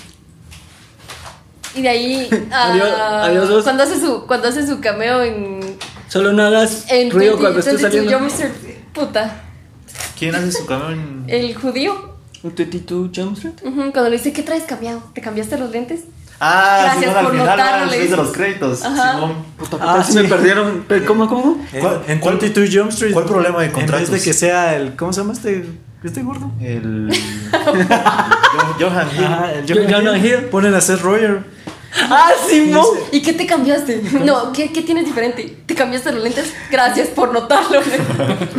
Y de ahí.
Adiós-
ah,
adiós, vos.
cuando hace su Cuando hace su cameo en.
Solo no hagas
En
ruido
20,
cuando estés saliendo.
22, Yo, Mr. Puta.
¿Quién hace su camión?
El judío.
¿22 Jump Street?
Ujú, cuando le dice, ¿qué traes cambiado? ¿Te cambiaste los lentes?
Ah,
Gracias
Simón, al
por
final, ah,
notarlo, le
después de
dice.
los créditos.
Ajá.
Simón, puta, puta,
Ah, sí,
sí.
me perdieron. Pero, ¿Cómo, cómo?
¿Cuál-
en
cuál-
22 Jump Street.
Eh, cuál problema de contratos?
En vez de que sea el. ¿Cómo se llama este, este gordo?
El. Jo- Johan Hill.
Ajá, el
Yo- Jonah Hill.
Ponen a ser Roger.
Ah, Simón.
¿Y qué te cambiaste? No, ¿qué, qué tienes diferente? ¿Te cambiaste los lentes? Gracias por notarlo.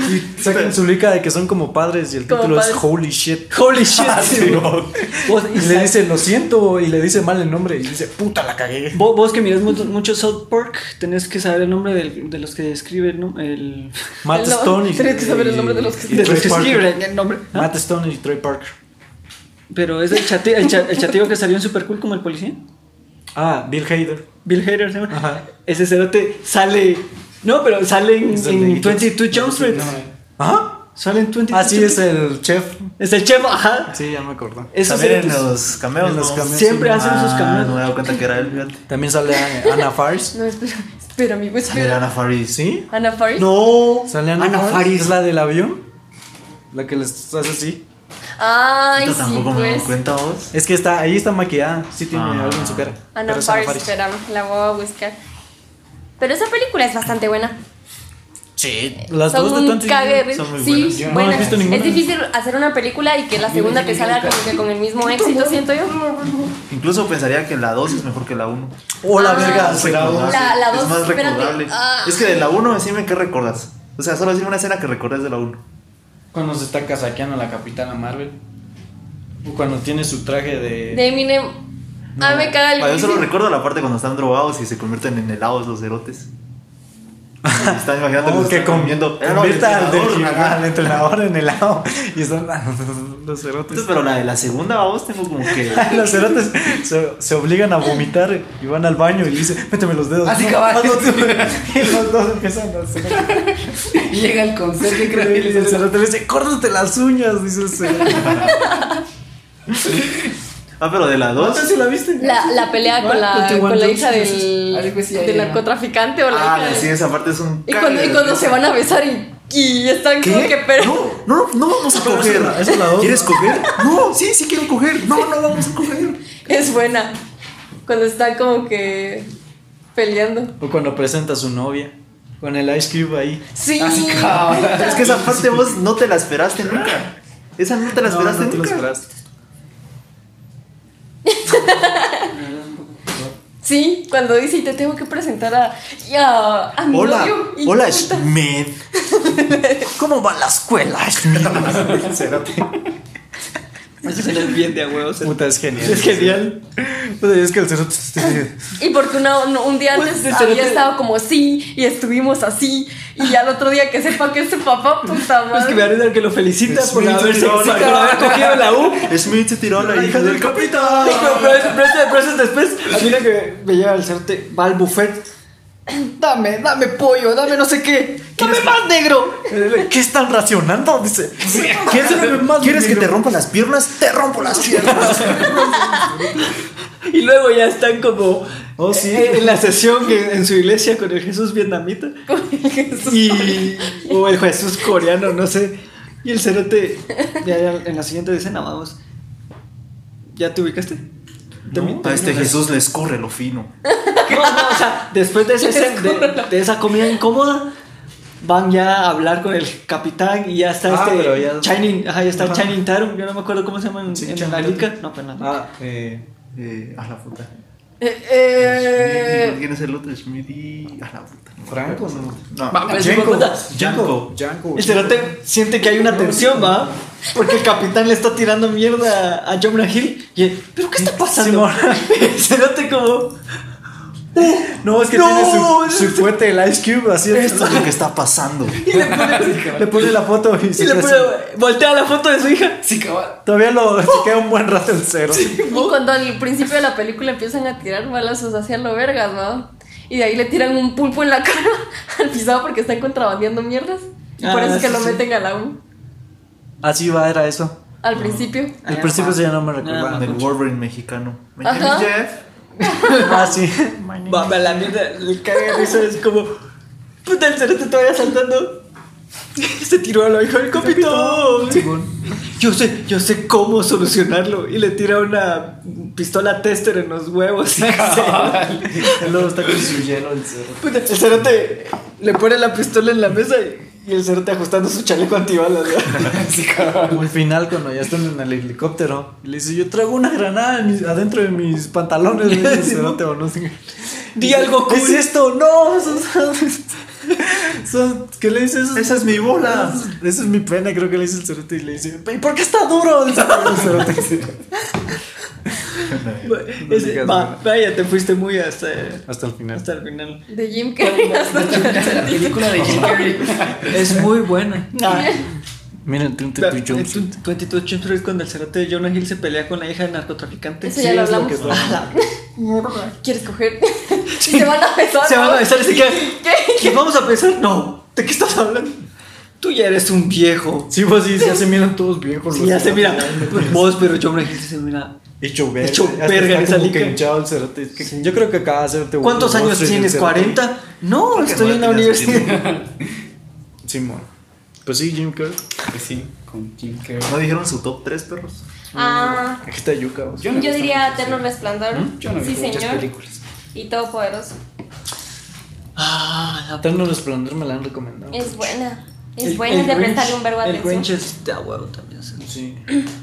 Y sacan su lica de que son como padres y el
Como
título es
padres.
Holy Shit.
Holy shit. Simón.
Simón.
Vos,
Y le dice, lo siento, y le dice mal el nombre, y dice, puta, la cagué.
Vos, vos que miras mucho, mucho South Park, tenés que saber el nombre del- de los que escriben el, nom- el-
Matt
No,
Stone y.
tienes que saber el nombre de los que-
y
de los
Trey
que
Parker.
escriben el nombre. ¿Ah?
Matt Stone y Trey Parker.
Pero es el, chate, el, cha- el chateo que salió en Super Cool como el policía.
Ah, Bill Hader.
Bill Hader se llama.
Ajá.
Ese cerote sale. No, pero sale en,
Es el
en
de-
22 Jump Street.
eh.
¿Ah?
Sale en 22
Así
Jump
es
Street.
el chef.
Es el chef, ajá.
Sí, ya me acuerdo.
Esos
También en
cerotes
los cameos.
En los
¿no?
cameos,
siempre
sí.
hacen sus
Ah,
cameos.
No me he dado cuenta que era él, fíjate.
También sale Ana- Ana Faris.
No, espera, espera, amigo,
Era
espera.
Ana Faris.
¿Sí?
¿Ana Faris?
No.
Sale Ana,
Ana
Faris.
Faris.
¿Es la del avión? La que les hace así.
Ay,
Puta,
sí,
tampoco me he
pues.
dado cuenta vos.
Es que está, ahí está maquillada. Sí tiene
Ah.
algo en su cara.
Ana
pero es
Faris, espera, la voy a buscar. Pero esa película es bastante buena.
Sí. Las
son
dos de
un
Twenty
cague de risa.
son muy
Sí,
buenas.
Yo no
buenas.
he visto ninguna.
Es difícil hacer una película y que la segunda te salga como que con el mismo éxito, siento yo.
Incluso pensaría que la 2 es mejor que la 1.
Hola,
Ah.
verga.
La-
Recordable,
la dos,
Es más
espérate.
recordable.
Ah.
Es que de la 1, decime qué recordas. O sea, solo decime una escena que recordas de la 1.
Cuando se está casaqueando la capitana Marvel. O cuando tiene su traje de.
De Eminem. Ah, me caga el
Ah, Yo solo
inicio.
recuerdo la parte cuando están drogados y se convierten en helados los cerotes. Y Están imaginando
No,
los
Oh, que
están
con,
comiendo. Era
convierta al,
el entrenador,
del- eh,
ajá.
al entrenador en helado. Y están los cerotes.
Entonces, pero la de la segunda, vos tengo como que.
Los cerotes se, se obligan a vomitar y van al baño y le dicen, méteme los dedos.
Así cabal.
Y los dos empiezan a hacer.
Y llega el conserje, creo que
Y
le
el
dice,
cerote le dice, córtate las uñas, dice el cerote.
Ah, pero de la
No
2.
sé si la viste.
La, la pelea con la,
21
con la
Jump
hija
Street.
del,
Así que sí, ya,
del
ya, ya.
narcotraficante o la
Ah,
hija
sí,
del-
esa parte es un.
y, cuando, y cuando se van a besar y, y están como que pero
No, no, no vamos a
Pero esa
coger.
es la- esa es la dos.
¿Quieres coger? No, sí, sí quiero coger. No, no vamos a coger.
es buena. Cuando están como que peleando.
O cuando presenta a su novia. Con el Ice Cube ahí.
Sí.
Así cabal.
Es que esa parte vos no te la esperaste nunca. Esa no te la
No,
esperaste
no te lo
nunca.
esperaste.
Sí, cuando dice y te tengo que presentar a, y a, a mi
Hola,
novio", y
hola
puta,
Schmidt. ¿Cómo va la escuela, Schmidt?
Eso se les bien de a huevos.
Puta, es genial.
Es genial.
Entonces, es que el cerote.
Y porque una- un- un día antes
Pues,
había
cerote.
estado como así y estuvimos así y ya el otro día que sepa que es su papá, puta madre.
Es que me arriesgan que lo felicita
Es
por
muy
haber,
chistoso.
por haber cogido la U.
Schmidt se tiró a la hija del capitán.
Sí, pero- pero eso- pero eso- pero eso es después, a mí lo que me lleva al certe va al buffet. Dame, dame pollo, dame no sé qué. Dame más negro.
¿Qué están racionando? Dice.
¿Quieres,
Dame más
¿quieres que
dinero.
te rompa las piernas? Te rompo las piernas.
Y luego ya están como
Oh, sí.
eh, en la sesión en, en su iglesia con el Jesús vietnamita. y, o el Jesús coreano, no sé. Y el cerote, ya, ya en la siguiente escena, vamos. ¿Ya te ubicaste? ¿Te-
A este Jesús les corre lo fino.
No, no, o sea, después de, esa escena- de, de esa comida incómoda, van ya a hablar con el capitán y ya está
Ah,
este.
pero ya-
Channing- ajá, ya está
Ajá.
Channing Tarum, yo no me acuerdo cómo se llama en,
Sí,
en
Channing
la
Tatum.
lica. No, pues perdón.
Ah, eh.
Eh, a la puta.
Eh, eh,
¿Quién es el otro Schmidt? Y... A la puta.
Franco, no.
No.
Va, pero es
Jenko.
hijueputa.
Yanko.
Django.
El cerote Este siente que hay una tensión, ¿va? Porque el capitán le está tirando mierda a Jonah Hill. Y él, ¿pero qué está pasando?
Simón.
El cerote como...
No, es que
No,
tiene
es-
su, su fuete, el Ice Cube, así es.
Esto es lo que está pasando.
Le pone la foto y,
Y
se
le
queda
pone,
así.
voltea la foto de su hija.
Sí, cabal.
Todavía lo se queda un buen rato en cero.
Y cuando al principio de la película empiezan a tirar balazos hacia lo vergas, ¿no? Y de ahí le tiran un pulpo en la cara al pisado porque están contrabandeando mierdas. Y por
Ah,
eso es que
sí,
lo
sí.
meten a la U
Así va, era eso.
al principio.
Al principio sí ya no me
Ah,
recordaba.
Del Wolverine mexicano. Me
Ajá.
llamo Jeff.
Ah, sí.
Va, va, la mierda, le caga de risa, es como... Puta, el cerote todavía saltando. Se tiró al ojo el capitán.
Simón.
Yo sé, yo sé cómo solucionarlo. Y le tira una pistola tester en los huevos.
El lobo está con su hielo el cerro.
Puta, El cerote le pone la pistola en la mesa y, y el cerote ajustando su chaleco antibalas. ¿no?
Como el final cuando ya están en el helicóptero. Y le dice, yo traigo una granada en mis- adentro de mis pantalones. Le dice el cerote o no sé.
Di algo cool.
¿Qué es esto? No, eso- eso- ¿Qué le dice eso?
Esa es mi bola.
Esa es mi pena, creo que le dice el cerote y le dice, ¿y por qué está duro? Dice el cerote.
Es-
digas
va,
nada.
vaya, te fuiste muy hasta,
Hasta el final.
hasta el final.
De Jim Carrey hasta
La película de Jim Carrey.
Es muy buena.
Miren, un
La-
Twenty Two Jump Street.
22 Jump Street cuando el cerote de Jonah Hill se pelea con la hija de narcotraficante.
Eso ya lo
es
hablamos.
que pasa.
¿Quieres coger? Y se van a besar.
Se van a besar y se quedan,
¿Qué?
"¿Nos vamos a pensar? No. ¿De qué estás hablando? Tú ya eres un viejo.
Sí, pues sí, ya se miran todos viejos.
Sí,
los
ya se
cerotes,
mira.
ya.
Vos, pero Jonah Hill se mira.
Hecho verga.
Hecho
hasta
verga esa
está como
lica.
que hinchado el cerote. Es que
Sí.
Yo creo que acaba de hacerte
¿Cuántos
Wall
años
Street
tienes?
el cerote.
¿40? No,
Porque
estoy
no
en la
tenías
universidad.
Simón. Pues sí, Jim Carrey.
Pues sí, con Jim Carrey.
¿No dijeron su top 3 perros?
Ah,
Aquí está Yuka. vos.
no he
yo
visto
diría
muchas
Eterno Resplandor.
¿Mm?
películas. Yo no he
Sí,
visto muchas
señor.
películas.
Y Todopoderoso.
Ah, la
Eterno Resplandor me la han recomendado.
Es buena.
El-
Es buena, es
el
de
Grinch-
prestarle un verbo de
El Grinch
atención.
es de a huevo también. sí.
Sí.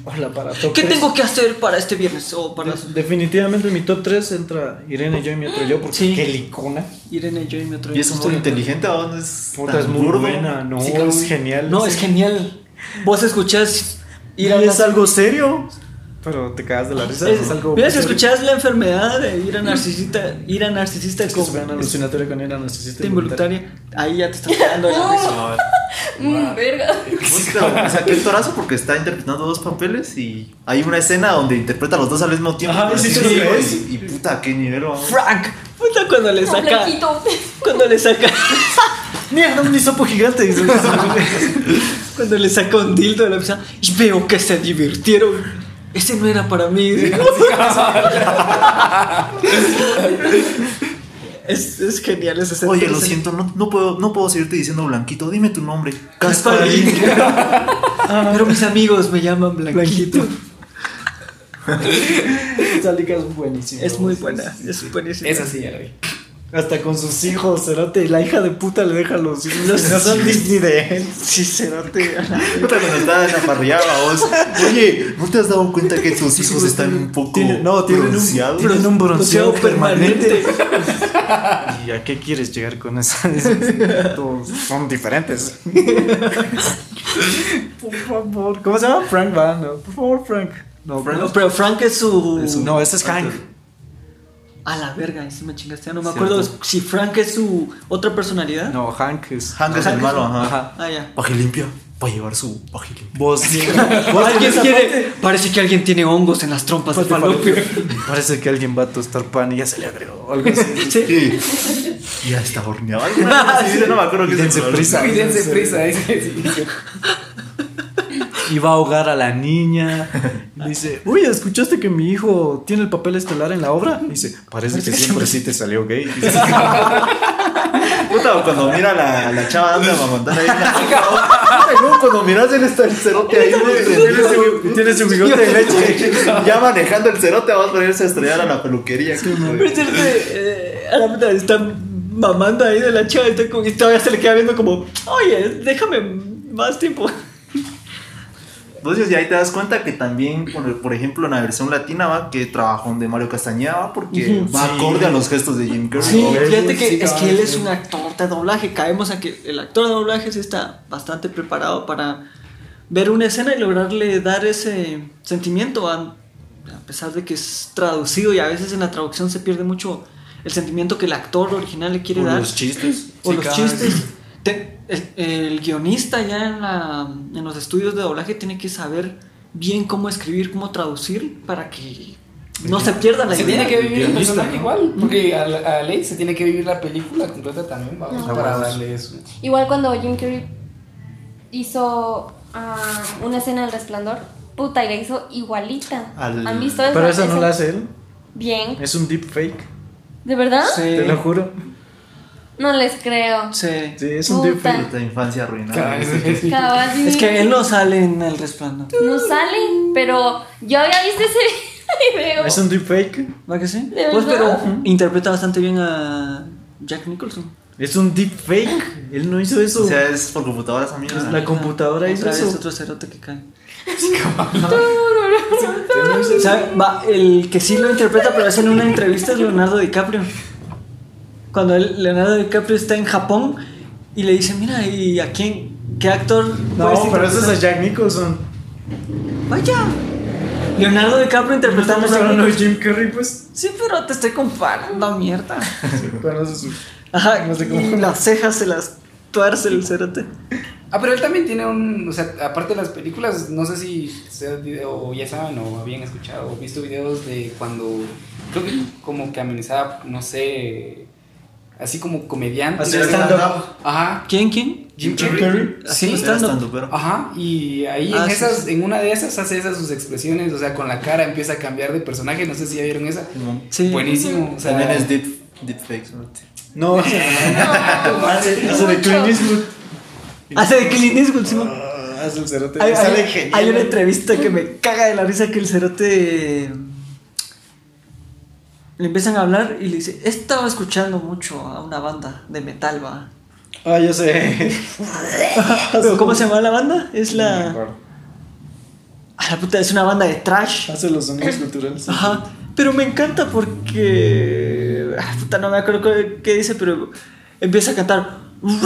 Hola, para top
¿Qué
tres.
tengo que hacer para este viernes? O para
De- Definitivamente en mi top 3 entra Irene, yo y mi otro yo. Porque
Sí.
qué licona.
Irene, yo y mi otro
Y es un
Estoy-
muy inteligente, ¿o no es
Puta,
tan
es muy
burdo?
buena. No,
Sí, claro.
es genial.
No, es genial. Vos escuchás
Y
ir a
es
la-
algo serio. Pero te cagas de la risa.
Es-
Es, algo.
Mira, si
serio.
escuchás la enfermedad de ir a narcisista, ir a narcisista
Es que
con-
se vean alucinatoria con Irene, necesita
este involuntaria, ahí ya te estás cagando de la risa.
No,
Mm, verga.
Puta, o sea, qué torazo porque está interpretando dos papeles y hay una escena donde interpreta a los dos al mismo tiempo.
Ajá,
Así
sí,
que
sí,
digo,
sí.
y, y puta, qué nivel. vamos.
Frank, puta cuando le
No,
saca,
blanquito.
cuando le saca,
Mierda, un hisopo gigante. dice.
cuando le saca un dildo de la mesa, y veo que se divirtieron. Ese no era para mí. es, es genial ese escena.
Oye, lo siento, no, no puedo, no puedo seguirte diciendo Blanquito. Dime tu nombre.
Gasparín.
Gasparín.
Ah, Pero mis amigos me llaman Blanquito.
Esa lica es buenísima.
Es muy
vos.
buena, es buenísima.
Esa sí ya la vi.
Hasta con sus hijos, cerote. Y la hija de puta le deja los hijos. No son Disney de él.
Sí, cerote.
Puta, cuando estaba en la parrillada, vos. Oye, ¿no te has dado cuenta que tus hijos están un poco
Tiene- no, tienen un,
bronceados?
tienen un bronceado
Bronceado permanente.
permanente. ¿Y a qué quieres llegar con eso? Todos son diferentes. Por favor. ¿Cómo se llama? Frank Van. ¿no? Por favor, Frank. No,
No, pero Frank es su.
es- No, ese es Hank.
A la verga, ahí sí me chingaste. Ya No me acuerdo si Frank es su otra personalidad.
No, Hank es.
Hank es el malo, ajá.
Ah, ya.
Paje limpia, para llevar su paje limpia.
Vos.
Alguien tiene. Parece que alguien tiene hongos en las trompas de Falopio.
Parece que alguien va a tostar pan y ya se le agregó algo así.
Sí.
Y ya está horneado. Alguna vez, sí, no me acuerdo qué
Dense
se
prisa.
Uy, dense prisa. dice, sí.
Iba a ahogar a la niña. Dice, uy, ¿escuchaste que mi hijo tiene el papel estelar en la obra? Dice, parece que siempre sí te salió gay. Dice,
Puta, o cuando mira a la, a la chava dando a mamontar ahí en la Puta, ¿cómo cuando miras en este el cerote ahí, güey,
tiene su- tiene su bigote de leche.
ya manejando el cerote, vas a ponerse a estrellar a la peluquería.
Pero
güey.
es cierto, eh, a la puta está mamando ahí de la chava está como- y todavía se le queda viendo como, oye, déjame más tiempo.
Entonces, y ahí te das cuenta que también, por, por ejemplo, en la versión latina va que trabajón de Mario Castañeda va porque
Ujú.
va
Sí.
acorde a los gestos de Jim Carrey.
Sí,
Ok,
fíjate que
sí,
es que
cabrón,
él es
sí.
un actor de doblaje. Caemos a que el actor de doblaje sí está bastante preparado para ver una escena y lograrle dar ese sentimiento, a, a pesar de que es traducido y a veces en la traducción se pierde mucho el sentimiento que el actor original le quiere
O
dar.
los chistes.
o
Sí,
los
cada-
chistes. Te- el, el guionista ya en, la- en los estudios de doblaje tiene que saber bien cómo escribir, cómo traducir para que no se pierda la
Se
idea.
tiene que vivir el
guionista,
personaje
¿no?
igual. Porque a, la- a Ley se tiene que vivir la película completa también. Vamos,
No.
para
Ah,
pues.
bueno.
darle eso.
Igual cuando Jim Carrey hizo ah, una escena del resplandor, puta, y la hizo igualita.
Al-
¿Han visto
Pero esa no la hace él.
Bien.
Es un deep fake.
¿De verdad?
Sí.
Te lo juro.
No les creo.
Sí.
Sí, es un
Puta.
tipo de infancia arruinada.
Cabal, sí.
Es que él no sale en el resplandor.
no sale, pero yo había visto ese video.
¿Es un deepfake?
¿Va que sí?
¿De
Pues, pero
verdad?
interpreta bastante bien a Jack Nicholson.
¿Es un deepfake? Él no hizo eso.
O sea, es por computadoras, amigos.
la computadora hizo
Otra vez
eso.
otro cerote que cae.
Él no hizo eso.
¿Sabe? Va, el que sí lo interpreta, pero es en una entrevista, es Leonardo DiCaprio. Cuando él- Leonardo DiCaprio está en Japón y le dice, mira, ¿y a quién? ¿Qué actor?
No,
puedes
pero eso es a
interpretar?"
Jack Nicholson.
Vaya. Leonardo DiCaprio interpretando
Estamos
a
hablando de Jim Carrey, pues.
Sí, pero te estoy comparando, mierda.
Conoce su-
Ajá,
No sé cómo.
y las cejas se las tuerce el cerote.
Ah, pero él también tiene un. O sea, aparte de las películas, no sé si ustedes vide- o ya saben o habían escuchado o visto videos de cuando. Creo que como que amenazaba, no sé. Así como comediante.
Así
¿no?
stand-up.
Ajá.
¿Quién, quién?
Jim
Jim
Carrey.
Carrey.
Así
Sí,
no está
estando, pero.
Ah,
Ajá, y ahí
Ah,
en,
sí,
esas, en una de esas hace esas sus expresiones, o sea, con la cara empieza a cambiar de personaje, no sé si ya vieron esa.
Simón.
Sí.
Buenísimo, o sea,
También es deep, deepfakes, ¿no?
No, o sea, hace hace de Clint Eastwood.
Hace de Clint Eastwood, Simón.
Ah, Hace el cerote.
Hay,
Sale
hay-
genial.
hay una entrevista que me caga de la risa que el cerote eh, le empiezan a hablar y le dice, he estado escuchando mucho a una banda de metal, va.
Ah, yo sé. Ah,
Pero, ¿Cómo se llama la banda? Es
No me
la...
acuerdo.
A la puta, es una banda de trash.
Hace los sonidos culturales.
Ajá. Pero me encanta porque... ah, Puta, no me acuerdo qué- qué dice, pero empieza a cantar.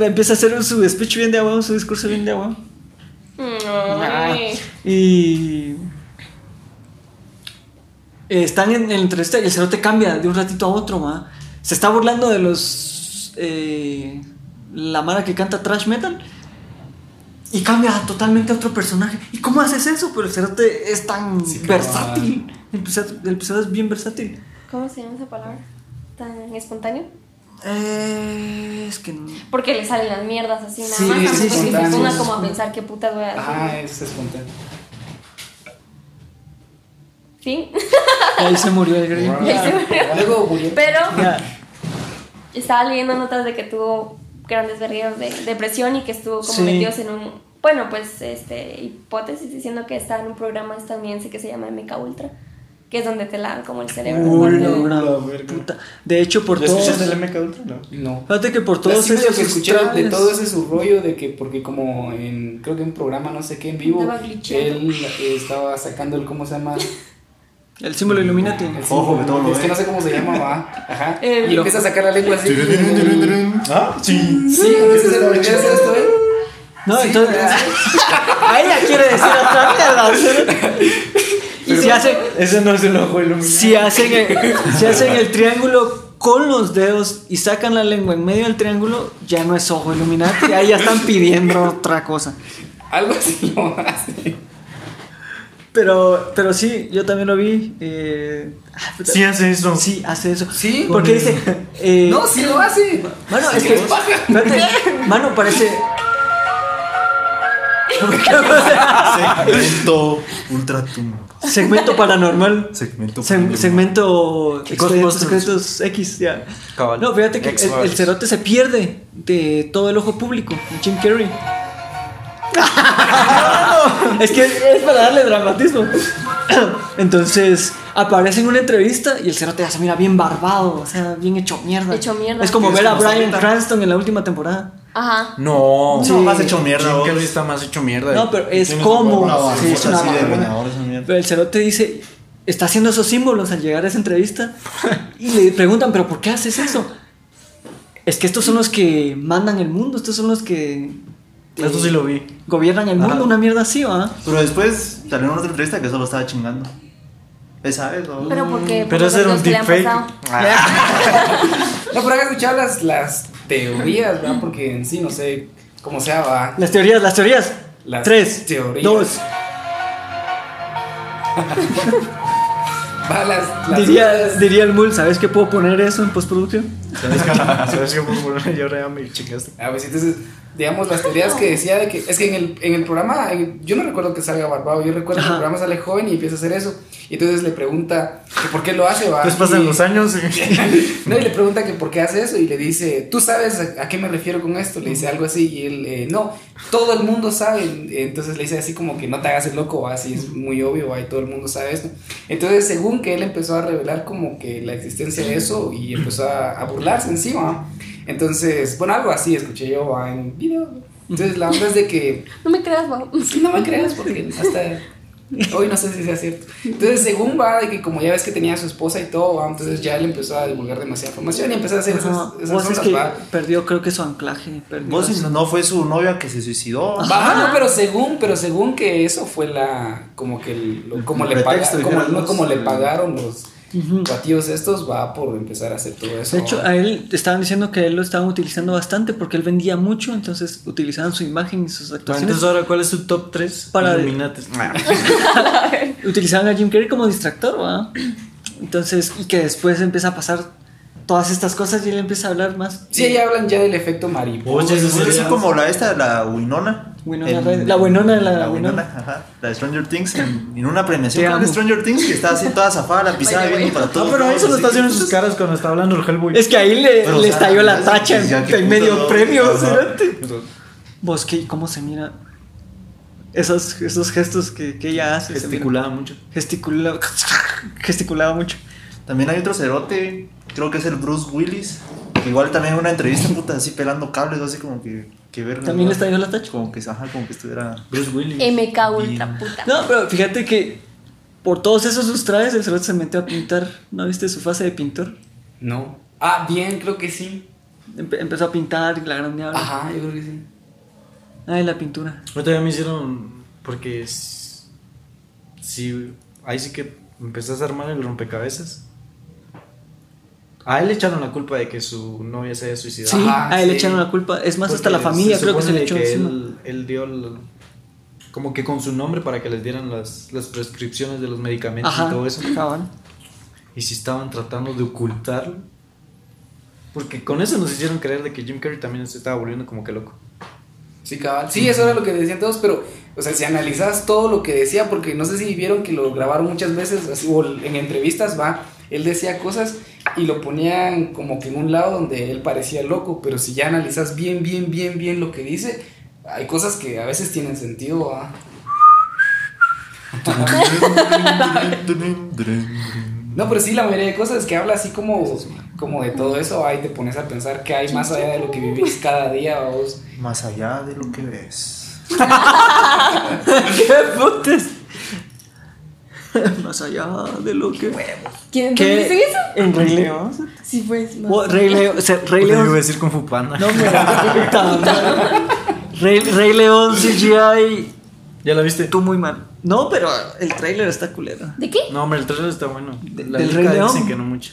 Empieza a hacer su speech bien de agua, su discurso bien de agua. Ah.
Ay.
Y. eh, Están en, en la entrevista y el cerote cambia de un ratito a otro, ma. Se está burlando de los. eh, la mara que canta trash metal. Y cambia totalmente a otro personaje. ¿Y cómo haces eso? Pero el cerote es tan
Sí, cabal.
versátil. El episodio, el episodio es bien versátil.
¿Cómo se llama esa palabra? ¿Tan espontáneo?
Eh, es que. no-
Porque le salen las mierdas así nada
Sí,
más.
sí,
tampoco es que se
espontáneo.
ponga como a pensar qué putas voy a hacer.
Ajá, es espontáneo.
Fin.
Ahí se murió el gringo.
Y ahí se murió.
Luego murió.
Pero
Ya.
estaba leyendo notas de que tuvo grandes vergueros de depresión y que estuvo como
Sí.
metidos en un. Bueno, pues este hipótesis diciendo que estaba en un programa estadounidense que se llama MK Ultra, que es donde te lavan como el cerebro.
Uy, la
Porque-
gran
La verga.
puta. De hecho, por
¿Lo
todos.
escuchaste del MK Ultra? No.
No.
Fíjate que por
Todo
todos
eso
esos
que escuché de
trales-
todo ese su rollo de que porque como en creo que en un programa no sé qué en vivo
Andaba glitcheando.
él eh, estaba sacando el cómo se llama
El símbolo Illuminati.
El
Ojo, que todo lo
es que
ve.
no sé cómo se llama va ajá
El-
y empieza a sacar la lengua así
Ah, sí.
sí ese es el video, ¿sabes esto, eh?
No,
Sí,
entonces.
pero
A ella quiere decir otra mierda. ¿sí? Y si hacen,
Ese no es el ojo iluminado.
si, hacen el, si hacen el triángulo con los dedos y sacan la lengua en medio del triángulo, ya no es ojo Illuminati. Ahí ya están pidiendo otra cosa.
algo así lo hace
Pero, pero sí, yo también lo vi. eh, ah, puta.
Sí hace eso.
Sí, hace eso.
Sí.
Porque dice. eh,
no sí lo hace
Mano, es que. Espérate, mano, parece.
Segmento ultratumor.
Segmento paranormal.
Segmento.
Sem-
paranormal.
segmento Expedientes
Ghostbusters.
secretos X, ya.
Cabal.
No, fíjate que el,
X-Files.
el cerote se pierde de todo el ojo público, de Jim Carrey. es que es para darle dramatismo. Entonces aparece en una entrevista y el cerote ya se mira bien barbado, o sea, bien hecho mierda.
Hecho mierda.
Es como
Es
ver a
como
Brian
ahorita.
Cranston en la última temporada.
Ajá.
No,
No,
Sí.
más hecho mierda.
Jim
vos.
Carrey está más hecho mierda.
No, pero es
Tiene
como.
Una barbota
sí, es una
así de
barbona.
venador, esa mierda.
Pero el cerote dice, está haciendo esos símbolos al llegar a esa entrevista. Y le preguntan, ¿pero por qué haces eso? Es que estos son los que mandan el mundo, estos son los que eh,
Eso sí lo vi.
gobiernan el
Ajá.
mundo, una mierda así, ¿va?
Pero después salió una otra entrevista que solo estaba chingando. Esa vez, ¿no?
Pero porque. por
Pero
los
ese era
vergueros
un
que le han
deepfake.
pasado.
no pero han escuchado las las teorías ¿verdad? porque en sí no sé cómo sea va
Las teorías, las teorías.
Las
Tres,
teorías.
dos.
va las, las
Diría, diría el Mul, ¿sabes qué puedo poner eso en postproducción?
¿Sabes qué? ¿Sabes qué? Por favor, yo ahora ya me chingaste.
este, A ver, entonces, digamos, las teorías que decía de que es que en el, en el programa, en- yo no recuerdo que salga Barbado, yo recuerdo que el programa sale joven y empieza a hacer eso. Y entonces le pregunta que por qué lo hace, va.
Después
y-
pasan los años y...
no, y le pregunta que por qué hace eso y le dice, ¿tú sabes a, a qué me refiero con esto? Le dice algo así y él, eh, no, todo el mundo sabe. Entonces le dice así como que no te hagas el loco, ¿va? así es muy obvio, ahí todo el mundo sabe esto. Entonces, según que él empezó a revelar como que la existencia de eso y empezó a, a burlarse encima. Entonces, bueno, algo así escuché yo ¿va? en un video. Entonces, la onda es de que
No me creas, va.
Sí, Pues no me creas porque hasta hoy no sé si sea cierto. Entonces, según va, de que como ya ves que tenía a su esposa y todo, va, entonces ya él empezó a divulgar demasiada información y empezó a hacer esas,
Ajá.
esas
Vos es
ondas,
que
va.
perdió, creo que su anclaje. perdió
Vos si
su-
no- no fue su novia que se suicidó.
Va, no, pero según, pero según que eso fue la, como que, el- lo- como,
El
le,
pretexto,
paga- como,
dijeron
no,
los-
como le pagaron los batidos estos, va por empezar a hacer todo eso. Ah,
De hecho, a él estaban diciendo que a él lo estaban utilizando bastante porque él vendía mucho, entonces utilizaban su imagen y sus actuaciones.
Entonces ahora, ¿cuál es su top 3?
Para-
Ah.
utilizaban a Jim Carrey como distractor, ¿va? Entonces, y que después empieza a pasar todas estas cosas y él empieza a hablar más.
sí, ya hablan ya del efecto mariposa.
Vos es
sí,
así
sí.
como la esta, la Winona.
Winona Ryder. La Winona, la Winona.
ajá, la de Stranger Things en, en una premiación
Te
creo que
amo.
Stranger Things que está así toda zafada, la pisada
Ay, güey.
viendo para todos.
No, pero ahí
lados,
se lo
así
está haciendo en
que-
sus
pues,
caras cuando está hablando el Hellboy.
Es que ahí le,
Pero, o
le
sea,
estalló la
ya-
tacha
ya
en
que
en
puta,
medio
¿no?
premio.
Ajá.
cerote. Vos, ¿qué- ¿cómo se mira? Esos, esos gestos que, que ella hace. se mira.
Gesticulaba mucho.
Gesticulaba. Gesticulaba mucho.
También hay otro cerote, creo que es el Bruce Willis. que igual también en una entrevista, puta, así pelando cables, así como que, que verga,
También
¿no?
le estalló la tacha.
Como que, ajá, como que estuviera.
Bruce Willis.
Em-
MK Ultra puta.
No, pero fíjate que por todos esos sustraes el cerote se metió a pintar. ¿No viste su fase de pintor?
No. Ah, bien, creo que sí.
Empe- empezó a pintar y la gran diabla.
Ajá, yo creo que sí.
Ay, la pintura.
Ahorita ya me hicieron. Porque. es- Sí, ahí sí que empezás a armar el rompecabezas. A él le echaron la culpa de que su novia se haya suicidado.
Sí,
Ajá,
a él le
sí.
echaron la culpa. Es más, hasta la
Porque
familia creo que se le
supone
echó
que
encima.
Él, él dio el- como que con su nombre para que les dieran las, las prescripciones de los medicamentos
Ajá.
y todo eso.
cabal.
Y si estaban tratando de ocultarlo. Porque con eso nos hicieron creer de que Jim Carrey también se estaba volviendo como que loco.
Sí, cabal. Sí, eso era lo que decían todos, pero, o sea, si analizas todo lo que decía, porque no sé si vieron que lo grabaron muchas veces, así, o en entrevistas, va, él decía cosas y lo ponían como que en un lado donde él parecía loco, pero si ya analizas bien, bien, bien, bien lo que dice, hay cosas que a veces tienen sentido, va. No, pero sí, la mayoría de cosas que habla así como, como de todo eso, ahí te pones a pensar que hay más allá de lo que vivís cada día, vos.
Más allá de lo que ves.
¡Qué putes! Más allá de lo que.
¿Quién
¿Qué?
dicen eso?
En Rey León.
Sí, pues. no.
Oh, Rey León. o sea, Rey
Porque yo
León.
iba a decir con Fupanda.
No me puta madre. Rey, Rey León CGI.
¿Ya la viste?
Tú muy mal. No, pero el tráiler está culero.
¿De qué?
No, hombre, el trailer está bueno.
De-
la
del
única
Rey León.
dicen que no mucho.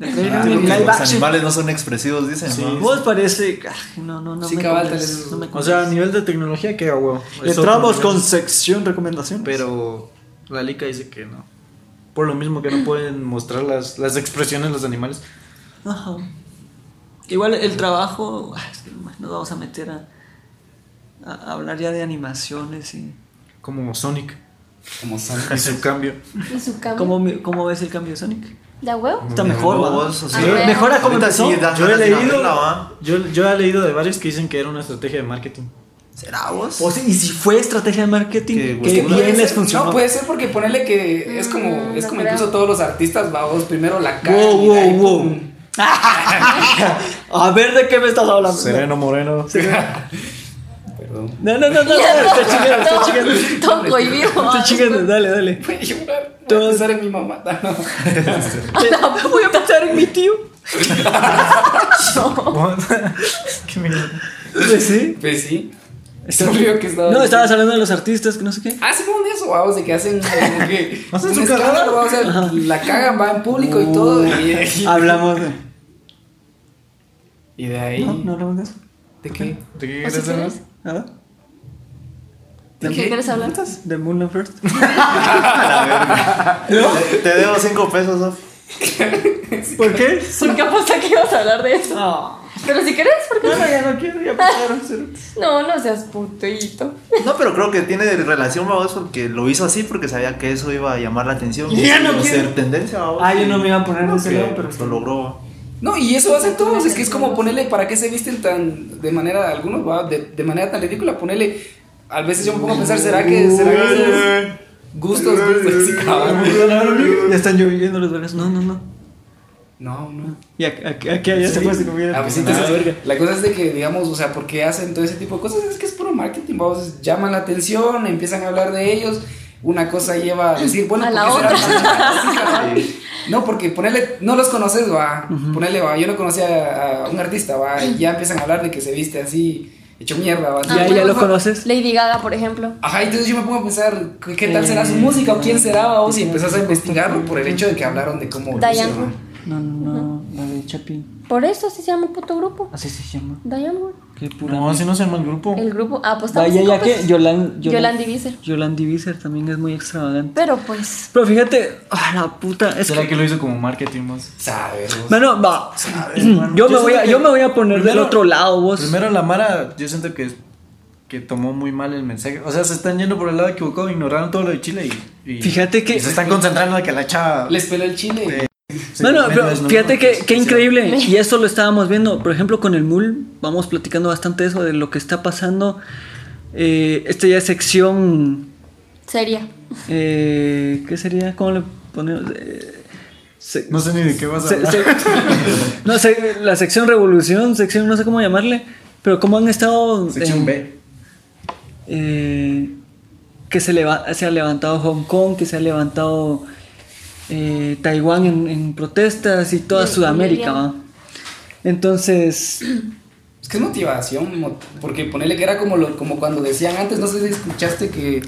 El tráiler
Ah,
en
creo que
live
los
action.
animales no son expresivos, dicen. ¿no?
Vos parece. ah, No, no, no.
Sí,
me
cabal,
convences,
tal vez-
no me
O sea, a
convences.
nivel de tecnología, que a huevo. Es otro
entramos
nivel.
con sección recomendaciones.
Pero la Lica dice que no. Por lo mismo que no pueden mostrar las, las expresiones de los animales.
Ajá. Igual el trabajo, ah, es que no nos vamos a meter a, a- a hablar ya de animaciones y...
Como Sonic
Como son.
y su cambio.
¿Y su cambio?
¿Cómo, mi- cómo ves el cambio de Sonic?
¿De huevo?
Está mejor,
No,
¿va?
vos, o sea,
Sí, mejora
como
ahorita
empezó.
sí dan
Yo he
ganas de ir a
leído-
verla, ¿va?
Yo, yo he leído de varios que dicen que era una estrategia de marketing.
¿Será vos?
O sea, y si fue estrategia de marketing,
Qué
que
puede
huevón.
bien Pues les
ser-
funcionó.
No, pues. puede ser porque ponerle que es como,
Mm,
es
no
como
creo.
incluso todos los artistas, vamos, primero la cara.
Wow, wow, wow. a ver, ¿de qué me estás hablando?
Sereno Moreno.
Perdón.
No, no, no, no, no, está chingando, está chingando.
Todo cohibido.
Está chingando, dale, dale.
Voy a llorar. Voy
Todo-
a pensar en mi mamá. No.
Te- Voy a pensar en mi tío.
Qué mierda.
Pues sí.
Pues sí. Se me olvidó que estaba.
No, estabas hablando de los artistas, que no sé qué.
Hacen un de eso, vamos, de que hacen eh, como que.
Hacen
un
su
escándalo,
carrera.
vamos, o sea, la cagan, va en público y todo.
Uh.
Y, y-
Hablamos de...
y de ahí.
No, no hablamos de eso.
¿De qué? Ah,
¿De qué
¿O si
quieres hablar?
quieres?
¿Nada?
¿De qué quieres hablar?
De Moon Love First.
Te- Te debo cinco pesos, Sof.
¿Por qué?
¿Por qué aposta que ibas a hablar de eso?
Ah.
Pero si querés, porque
No, no, ya no quiero, ya pasaron. cerote.
No, no seas putoito.
No, pero creo que tiene relación, vamos, porque lo hizo así porque sabía que eso iba a llamar la atención. Y
Ya
eso
no
iba a
quiero.
ser tendencia, vamos.
Ah, yo no me iba a poner de
Creo
ese
que
lado, pero
lo logró.
No, y eso hacen todos, es que es como ponerle, ¿para qué se visten tan, de manera, algunos, va, de, de manera tan ridícula? Ponerle, a veces yo me pongo a pensar, ¿será que, será que esos gustos,
Pues,
gustos, sí, cabrón?
Ya están lloviendo los vergas. No, no, no.
No, no.
Y aquí, aquí, aquí allá se fue, se comieron.
Ah, pues sí, entonces, la cosa es de que, digamos, o sea, ¿por qué hacen todo ese tipo de cosas? Es que es puro marketing, vamos, es- llaman la atención, empiezan a hablar de ellos, una cosa lleva a decir, bueno,
A
¿por
la
qué será
otra.
tan- sí, cabrón? No, porque ponerle, no los conoces, va, ponerle, va, yo no conocía a, a un artista, va, y ya empiezan a hablar de que se viste así, hecho mierda, va.
Ya,
Ah,
ya
bueno,
lo
no.
conoces.
Lady Gaga, por ejemplo.
Ajá, entonces yo me pongo a pensar, ¿qué, qué tal será su música o quién será, vamos? Y empezás a investigarlo por el hecho de que hablaron de cómo... luce,
Diane.
va.
No, no, no. La de Chapin.
Por eso así se llama el puto grupo.
Así se llama.
Diane Moore.
Qué pura.
No, si no se llama el grupo.
El grupo. Ah, pues estamos
Vaya,
en
ya
compras.
que Yolan,
Yolandi Visser.
Yolandi Visser también es muy extravagante.
Pero pues.
Pero fíjate, ah, la puta. Es
¿Será
que.
que lo hizo como marketing más?
Sabes, vos.
Bueno, va. Yo, me
Yo
voy a,
siento
yo
que
me voy a poner
primero-
del otro lado, vos.
Primero la Mara, yo siento que, que tomó muy mal el mensaje. O sea, se están yendo por el lado equivocado, ignoraron todo lo de Chile y. y-
Fíjate que-
y se están concentrando en que la chava.
Les peló el chile.
se
bueno,
menos,
pero
¿no?
fíjate que,
Sí,
qué
sí.
increíble. Y eso lo estábamos viendo. Por ejemplo, con el MUL vamos platicando bastante eso de lo que está pasando. Eh, esta ya es sección
Seria.
Eh, ¿Qué sería? ¿Cómo le ponemos? Eh, se-
No sé ni de qué vas a
se-
hablar.
se- no sé, la sección revolución, sección no sé cómo llamarle, pero cómo han estado...
Sección
eh,
B.
eh, que se, leva- se ha levantado Hong Kong, que se ha levantado eh, Taiwán en, en protestas y toda
Y- y
Sudamérica.
Libia.
¿va? Entonces,
Es que es motivación, mo- porque ponerle que era como, lo, como cuando decían antes, no sé si escuchaste que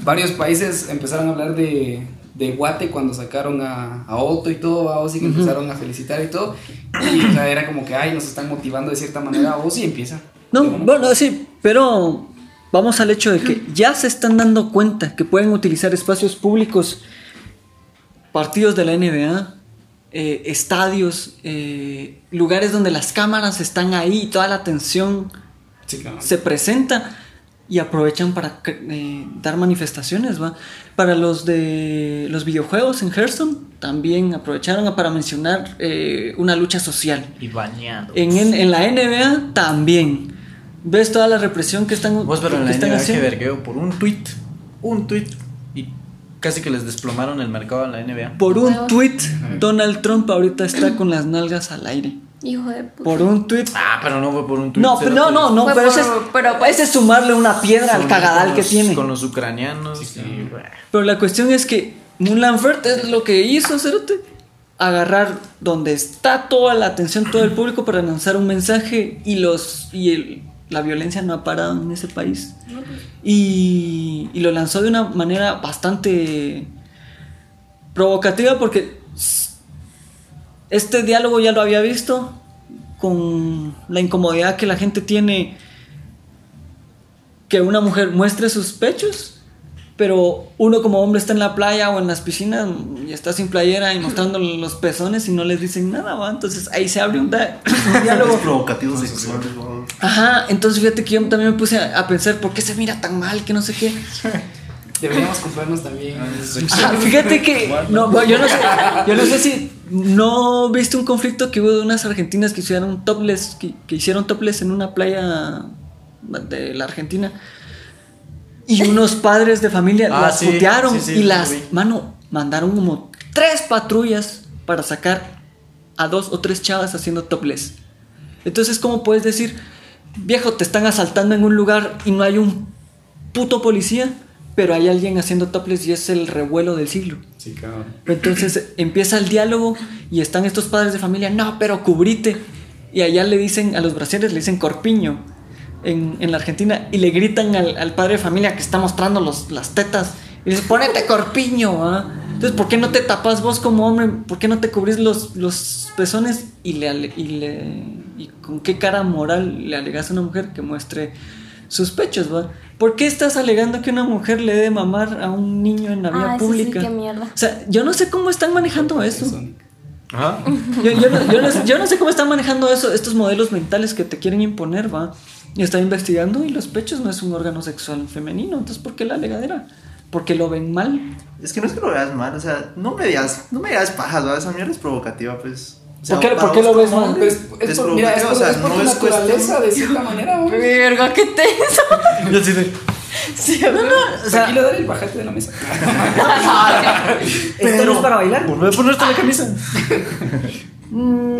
varios países empezaron a hablar de, de Guate cuando sacaron a, a Otto y todo, a Ozzy, que empezaron a felicitar y todo, y o sea, era como que, ay, nos están motivando de cierta manera a Ozzy y empieza.
No,
De una-
bueno, sí, pero vamos al hecho de que ya se están dando cuenta que pueden utilizar espacios públicos, partidos de la NBA, eh, estadios, eh, lugares donde las cámaras están ahí y toda la atención
Sí, claro.
se presenta y aprovechan para cre- eh, dar manifestaciones, ¿va? Para los de los videojuegos en Hearthstone también aprovecharon para mencionar eh, una lucha social.
Y bañado.
En, en- en la NBA también. ¿Ves toda la represión que están,
Vos, pero
que
en la
están
NBA que
haciendo?
vergueo por un tweet. Un tweet. Y casi que les desplomaron el mercado en la NBA.
Por un
Huevos.
tweet, Donald Trump ahorita está con las nalgas al aire.
Hijo de puta.
Por un tweet.
Ah, pero no fue por un tweet.
No, pero no, no, no,
Fue
pero
por-
ese es,
pero, pues,
ese es sumarle una piedra al cagadal que tiene.
Con los ucranianos. y, bueno.
Pero la cuestión es que Mulanfert es lo que hizo, Cerote. Agarrar donde está toda la atención, todo el público para lanzar un mensaje y los y el- la violencia no ha parado en ese país. Y, y lo lanzó de una manera bastante provocativa porque s- este diálogo ya lo había visto con la incomodidad que la gente tiene que una mujer muestre sus pechos, pero uno como hombre está en la playa o en las piscinas y está sin playera y mostrando los pezones y no les dicen nada, ¿va? entonces ahí se abre un, da- un
Diálogos
diálogo.
provocativos sexuales, vamos.
Ajá, entonces fíjate que yo también me puse a, a pensar por qué se mira tan mal, que no sé qué.
Deberíamos comprarnos también.
Ah,
Ajá, Ah, fíjate que no, bueno, yo no sé, yo no sé si no viste un conflicto que hubo de unas argentinas que hicieron topless, que, que hicieron topless en una playa de la Argentina y unos padres de familia
Ah,
las
sí,
putearon
sí, sí,
y
lo
las
vi.
mano mandaron como tres patrullas para sacar a dos o tres chavas haciendo topless. Entonces, ¿cómo puedes decir, viejo, te están asaltando en un lugar y no hay un puto policía, pero hay alguien haciendo topless y es el revuelo del siglo?
Sí, cabrón.
Entonces empieza el diálogo y están estos padres de familia, no, pero cubrite. Y allá le dicen, a los brasileños le dicen corpiño en, en la Argentina y le gritan al, al padre de familia que está mostrando los- las tetas y le dicen, ponete corpiño. ah". Entonces, ¿por qué no te tapas vos como hombre? ¿Por qué no te cubrís los, los pezones? Y, le, ale- y, le- y con qué cara moral le alegas a una mujer que muestre sus pechos, ¿va? ¿Por qué estás alegando que una mujer le dé mamar a un niño en la vía
Ah, eso sí,
pública?
qué mierda.
O sea, yo no sé cómo están manejando eso.
Sonic.
Ajá.
Yo, yo no, yo no sé- yo no sé cómo están manejando eso, estos modelos mentales que te quieren imponer, va. Y están investigando y los pechos no es un órgano sexual femenino. Entonces, ¿por qué la legadera? Porque lo ven mal.
Es que no es que lo veas mal, o sea, no me digas, no me digas pajas, ¿verdad? Esa mierda es provocativa, pues. O sea,
¿Por qué-
para
por qué
vos
lo ves
como
mal?
hombre,
Pero es, es
es
por, mira, es por,
provocativa, o sea,
es por
no
tu
es cuestión-
naturaleza, de cierta manera, güey.
Verga, qué tenso.
Yo sí de-
Sí, no, no.
Tranquilo, dale el bajate de la mesa.
¿Esto no es para bailar?
Volvé a ponerte la camisa.
Mm,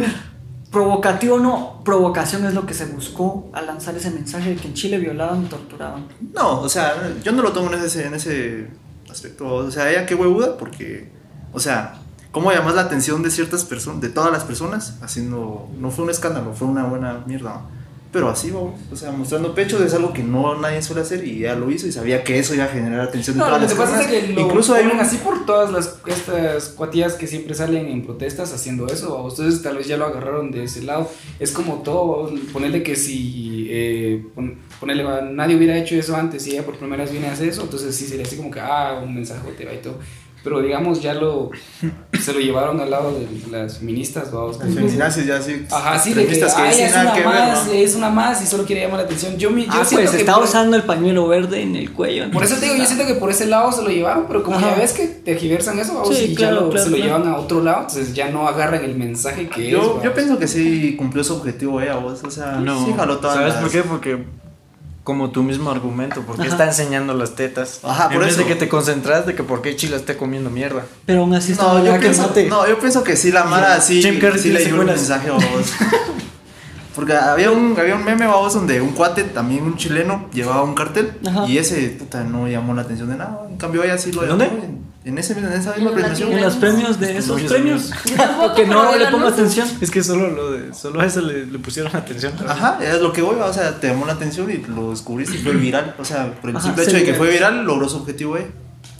provocativo no. Provocación es lo que se buscó al lanzar ese mensaje de que en Chile violaban y torturaban.
No, o sea, yo no lo tomo en ese, en ese aspecto. O sea, ella qué huevuda, porque, o sea, ¿cómo llamas la atención de ciertas personas, de todas las personas? Haciendo, no fue un escándalo, fue una buena mierda. Pero así, vamos, o sea, mostrando pechos es algo que no nadie suele hacer y ella lo hizo y sabía que eso iba a generar atención de
No,
todas
lo
las
que pasa
personas.
es que lo
Incluso hay
ponen
un
así por todas las estas cuatillas que siempre salen en protestas haciendo eso. ¿va? Ustedes tal vez ya lo agarraron de ese lado. Es como todo, ¿va? ponerle que si eh, pon- ponerle va, nadie hubiera hecho eso antes y ella por primera vez viene a hacer eso, entonces sí sería así como que ah, un mensajote va y todo. Pero digamos ya lo se lo llevaron al lado de las feministas, ¿va? O sea,
feminazis ya así.
Ajá, sí, de que,
extremistas
"Ay,
dicen
es
nada
una
que ver,
más,
¿no?
es una más y solo quiere llamar la atención. Yo, mi- yo
Ah,
siento
pues
que
está
por-
usando el pañuelo verde en el cuello.
por eso te digo, yo siento que por ese lado se lo llevaron, pero como
Ajá.
ya ves que tergiversan eso, vamos,
Sí,
y
claro,
ya lo-
claro,
se lo
claro.
llevan a otro lado, entonces ya no agarran el mensaje que es.
Yo,
vamos.
yo pienso que sí cumplió su objetivo ella, vos. O sea,
Ah, No.
sí jaló todas
¿Sabes
las-
por qué? Porque como tu mismo argumento, porque
Ajá.
está enseñando las tetas.
Ajá,
en
por
vez de
eso.
que te concentras de que por qué Chila está comiendo mierda.
Pero aún así está
No
mal
yo,
que
pienso,
mate.
no, yo pienso que sí, la Mara sí,
Jim Carrey
sí
tiene
le dio un
secuelas.
mensaje a vos. Porque había un, había un meme babos donde un cuate, también un chileno, llevaba un cartel
Ajá.
y ese puta no llamó la atención de nada. En cambio, ella sí lo
¿En
llamó.
dónde?
En, en ese, en esa
En
misma
la
En
presentación.
los premios de
Estos
esos
novios
premios.
Tampoco,
Porque no
pero
le
la
pongo
luz.
atención.
Es que solo lo de, solo a eso le, le pusieron atención.
Ajá, es lo que voy, o sea, te llamó la atención y lo descubriste y fue viral. O sea, por el
Ajá,
simple
sí.
hecho de que fue viral, logró su objetivo, eh.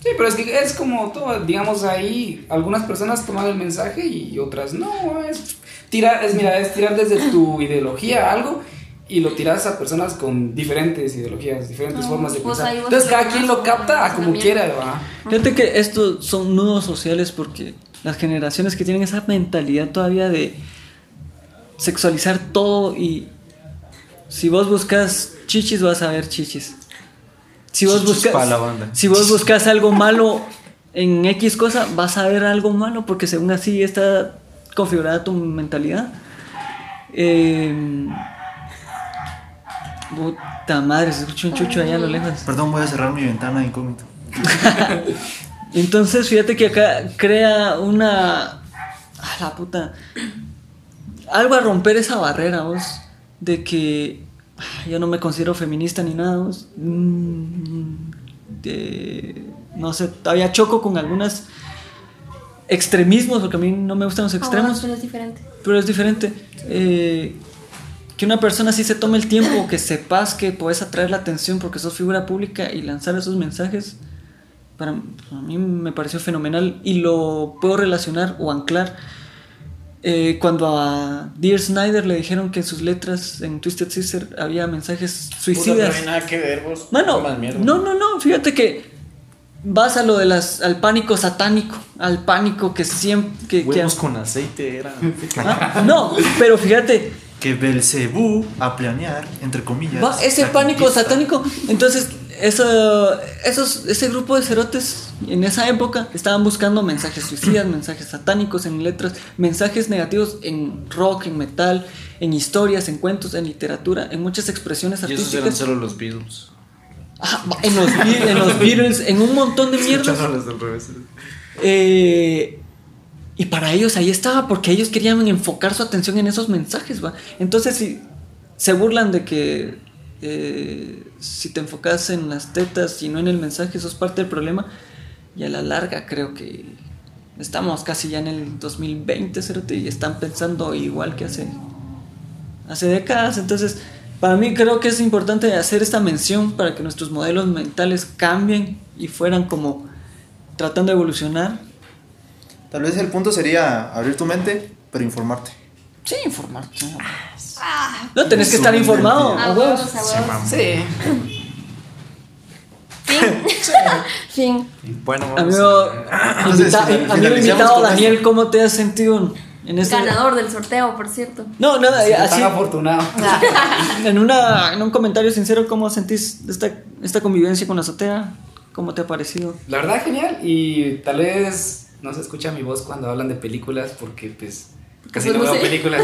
Sí, pero es que es como todo, digamos ahí, algunas personas toman el mensaje y otras no, es tirar, es mira, es tirar desde tu ideología algo y lo tiras a personas con diferentes ideologías, diferentes
Ah,
No,
formas de
pues
pensar.
ahí vos
Entonces cada
te
quien
vas
lo capta a como
también.
quiera, va.
Fíjate que estos son nudos sociales porque las generaciones que tienen esa mentalidad todavía de sexualizar todo y si vos buscas chichis vas a ver chichis. Si vos
Chichis pa'
buscas
la banda.
si vos buscas algo malo en X cosa vas a ver algo malo porque según así está configurada tu mentalidad. Eh, puta madre, se escucha un chucho allá a lo lejos.
Perdón, voy a cerrar mi ventana de incógnito.
Entonces, fíjate que acá crea una. A la puta. Algo a romper esa barrera, vos. De que. ah, Yo no me considero feminista ni nada, vos. Mm, de- no sé, todavía choco con algunos extremismos, porque a mí no me gustan los
Extremos.
extremos.
pero es diferente.
Pero es diferente. Eh, que una persona sí se tome el tiempo, que sepas que puedes atraer la atención porque sos figura pública y lanzar esos mensajes, para, para mí me pareció fenomenal y lo puedo relacionar o anclar. Eh, cuando a Dear Snyder le dijeron que en sus letras en Twisted Sister había mensajes
Puta, no
suicidas.
hay nada que ver vos.
Mano,
Comas mierda.
no, no, no, fíjate que vas a lo de las, al pánico satánico, al pánico que siempre... Que, que-
Huevos con aceite era.
Ah, No, pero fíjate,
Que Belcebú a planear, entre comillas.
Va, ese
la
pánico
conquista.
satánico. Entonces, eso, esos, ese grupo de cerotes en esa época estaban buscando mensajes suicidas, mensajes satánicos en letras, mensajes negativos en rock, en metal, en historias, en cuentos, en literatura, en muchas expresiones
Y esos eran
artísticas.
solo los Beatles.
Ah, va, en, los, Be- en los Beatles, en un montón de mierdas.
Escuchándoles al revés.
Eh, y para ellos ahí estaba, porque ellos querían enfocar su atención en esos mensajes, ¿va? Entonces, si se burlan de que eh, si te enfocas en las tetas y no en el mensaje, eso es parte del problema. Y a la larga, creo que estamos casi ya en el 2020, cerote, y están pensando igual que hace, hace décadas. Entonces, para mí creo que es importante hacer esta mención para que nuestros modelos mentales cambien y fueran como tratando de evolucionar.
Tal vez el punto sería abrir tu mente, pero informarte.
Sí, informarte. No tenés que estar informado.
A
a
huevos,
Ah, huevos.
a huevos.
Sí.
Fin.
Bueno, vamos.
Amigo,
Entonces,
invita-
final-
amigo
finalicemos
invitado
con
Daniel, ¿cómo te has sentido En este-
Ganador del sorteo, por cierto.
No, nada, ya, así.
Tan afortunado.
En, una, en un comentario sincero, ¿cómo sentís esta, esta convivencia con la azotea? ¿Cómo te ha parecido?
La verdad, genial. Y tal vez no se escucha mi voz cuando hablan de películas porque, pues, casi
Pues
no
no
veo
sé.
películas.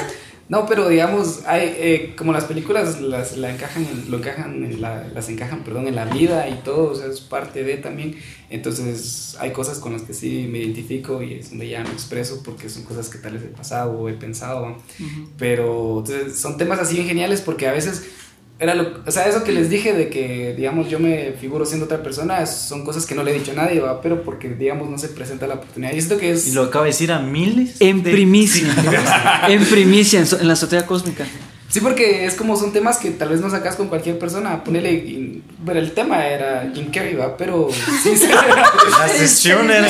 No, pero digamos, hay, eh, como las películas las, la encajan, en- lo encajan en la- las encajan perdón, en la vida y todo, o sea, es parte de también. Entonces, hay cosas con las que sí me identifico y es donde ya me expreso porque son cosas que tal vez he pasado o he pensado. Pero entonces, son temas así bien geniales porque a veces era lo, o sea, eso que les dije de que, digamos, yo me figuro siendo otra persona, es- son cosas que no le he dicho a nadie, ¿va? pero porque, digamos, no se presenta la oportunidad. Y esto que es...
Y lo acaba de decir a miles.
En
de-
primicia. En primicia, en, so- en la azotea cósmica.
Sí, porque es como son temas que tal vez no sacas con cualquier persona. Ponele... y- Pero el tema era Jim Carrey, ¿va? Pero... Sí, sí.
La
Este
eh,
sesión era-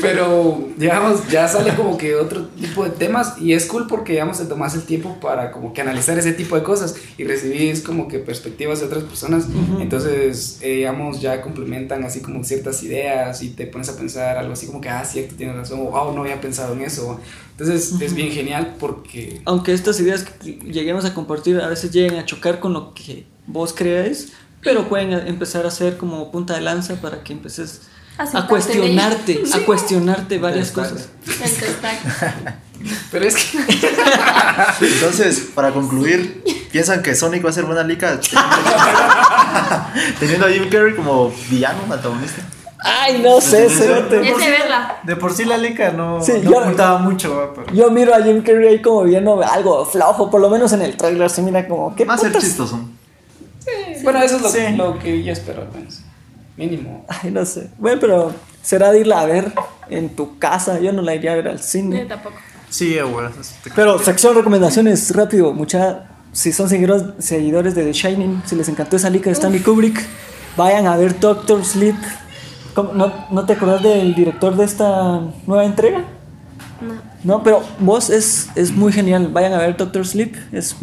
Pero, digamos, ya sale como que otro tipo de temas y es cool porque, digamos, te tomas el tiempo para como que analizar ese tipo de cosas y recibís como que perspectivas de otras personas. Entonces, eh, digamos, ya complementan así como ciertas ideas y te pones a pensar algo así como que, ah, cierto, tienes razón, o, wow, no había pensado en eso. Entonces, es bien genial porque...
Aunque estas ideas que lleguemos a compartir a veces lleguen a chocar con lo que vos creáis, pero pueden a- empezar a ser como punta de lanza para que empeces a
Aceptarte
cuestionarte, a cuestionarte varias
Interesante.
cosas.
El hashtag.
Pero es que...
Entonces, para concluir, ¿piensan que Sonic va a ser buena liga? Teniendo a Jim Carrey como villano, antagonista.
Ay, no sé, cerote.
Es de verla.
De por sí la leca no,
Sí,
no
yo-
apuntaba mucho, va, pero-
Yo miro a Jim Carrey ahí como viendo algo flojo, por lo menos en el trailer se mira como, ¿qué
Va a ser
putas?
chistoso.
Bueno, eso es lo,
Sí.
lo que yo espero, al menos. Mínimo.
Ay, no sé. Bueno, pero será de irla a ver en tu casa. Yo no la iría a ver al
Yo
cine.
tampoco.
Sí, eh, güey.
Pero sección recomendaciones, rápido, mucha. Si son seguidores, seguidores de The Shining, si les encantó esa lica de Stanley Kubrick, vayan a ver Doctor Sleep. ¿Cómo? ¿No, no te acordás del director de esta nueva entrega?
No.
No, pero vos es, es muy genial. Vayan a ver Doctor Sleep. Es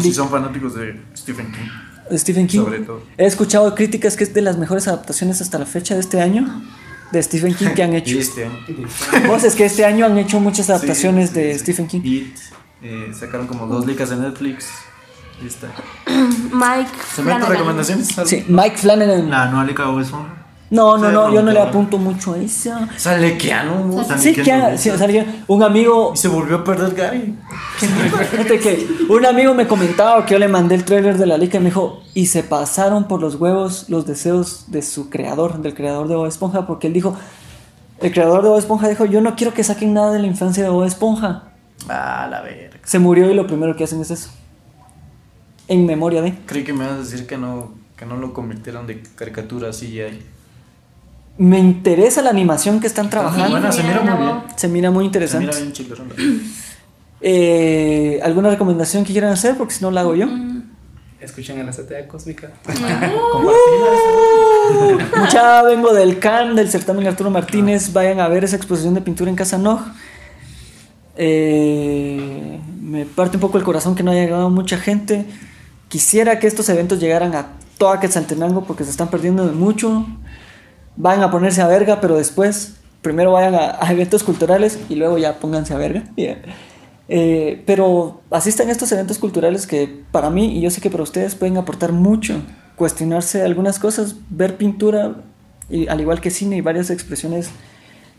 Si son fanáticos de Stephen King.
de Stephen King.
Sobre todo.
He escuchado críticas que es de las mejores adaptaciones hasta la fecha de este año de Stephen King que han hecho.
Viste, ¿eh?
Vos es que este año han hecho muchas Este, adaptaciones
Sí, sí,
de
sí.
Stephen King.
It, eh, sacaron como dos licas de Netflix. Lista.
Mike.
¿Se meten
Flanagan.
recomendaciones?
Sí, Mike Flanagan.
La nueva liga de Bob Esponja.
No, no,
Sí,
no, yo no le
productor.
apunto mucho a esa.
Sale Keanu. ¿no?
Sale
Sí,
Keanu
que ha-
Reeves.
sí, o sea, yo- un amigo,
Y se volvió a perder Gary.
fíjate que un amigo me comentaba que yo le mandé el tráiler de la liga y me dijo, y se pasaron por los huevos los deseos de su creador, del creador de Bob Esponja, porque él dijo, el creador de Bob Esponja dijo, yo no quiero que saquen nada de la infancia de Bob Esponja.
Ah, la verga.
Se murió y lo primero que hacen es eso. En memoria de.
Creí que me vas a decir que no, que no lo convirtieron de caricatura a CGI.
Me interesa la animación que están
Está
trabajando.
buena, se mira muy bien.
Se mira muy
Se
interesante.
mira bien chilorona.
Eh, ¿Alguna recomendación que quieran hacer? Porque si no la hago yo.
Escuchen a la azotea cósmica.
Mucha vengo del CAN, del certamen Arturo Martínez. Vayan a ver esa exposición de pintura en Casa Noj. Eh, me parte un poco el corazón que no haya llegado mucha gente. Quisiera que estos eventos llegaran a toda Quetzaltenango porque se están perdiendo de mucho. Van a ponerse a verga, pero después, primero vayan a, a eventos culturales y luego ya pónganse a verga. Bien. Eh, pero asistan a estos eventos culturales que para mí y yo sé que para ustedes pueden aportar mucho. Cuestionarse algunas cosas, ver pintura, y, al igual que cine y varias expresiones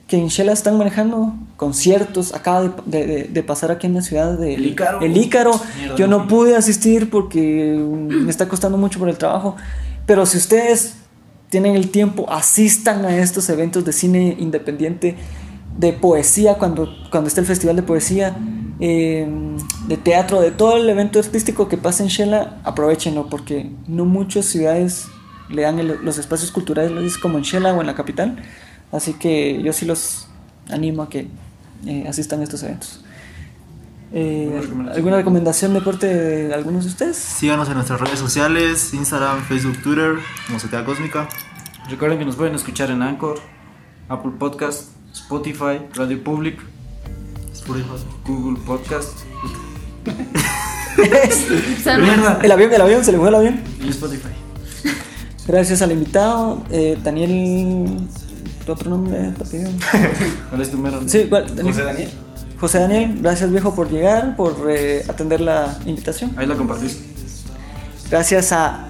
que en Shela están manejando conciertos. Acaba de, de- de- de pasar aquí en la ciudad de
El Ícaro.
El Ícaro.
Mierda,
Yo
no
no
fui.
pude asistir porque mm, me está costando mucho por el trabajo. Pero si ustedes tienen el tiempo, asistan a estos eventos de cine independiente, de poesía, cuando, cuando está el Festival de Poesía, eh, de teatro, de todo el evento artístico que pasa en Shela, aprovechenlo, porque no muchas ciudades le dan el- los espacios culturales como en Shela o en la capital. Así que yo sí los animo a que eh, asistan a estos eventos. Eh, ¿Alguna recomendación de parte de algunos de ustedes?
Síganos en nuestras redes sociales, Instagram, Facebook, Twitter, como Sociedad Cósmica.
Recuerden que nos pueden escuchar en Anchor, Apple Podcast, Spotify, Radio Public,
Spotify.
Google Podcast
Mierda. El avión, el avión, se le fue el avión.
y Spotify.
Gracias al invitado, eh, Daniel tu otro nombre, papi?
¿Cuál es tu mero? nombre?
Sí, ¿cuál?
José Daniel.
José Daniel, gracias viejo por llegar, por eh, atender la invitación.
Ahí la compartís.
Gracias a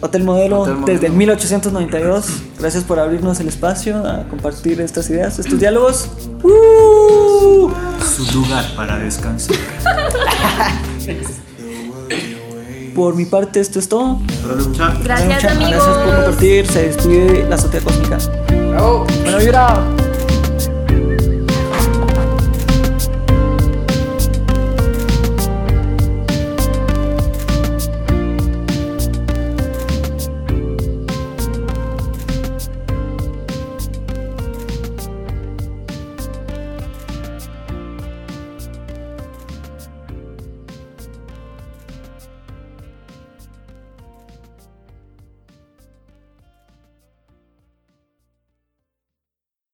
Hotel Modelo,
Hotel Modelo.
desde 1892. Gracias por abrirnos el espacio a compartir estas ideas, estos diálogos. ¡Uh!
Su lugar para descansar.
Por mi parte, esto es todo.
Para luchar.
Gracias,
Muchas
amigos.
gracias por compartir. Se despide la azotea cósmica.
¡Bravo!
Bueno, vibra.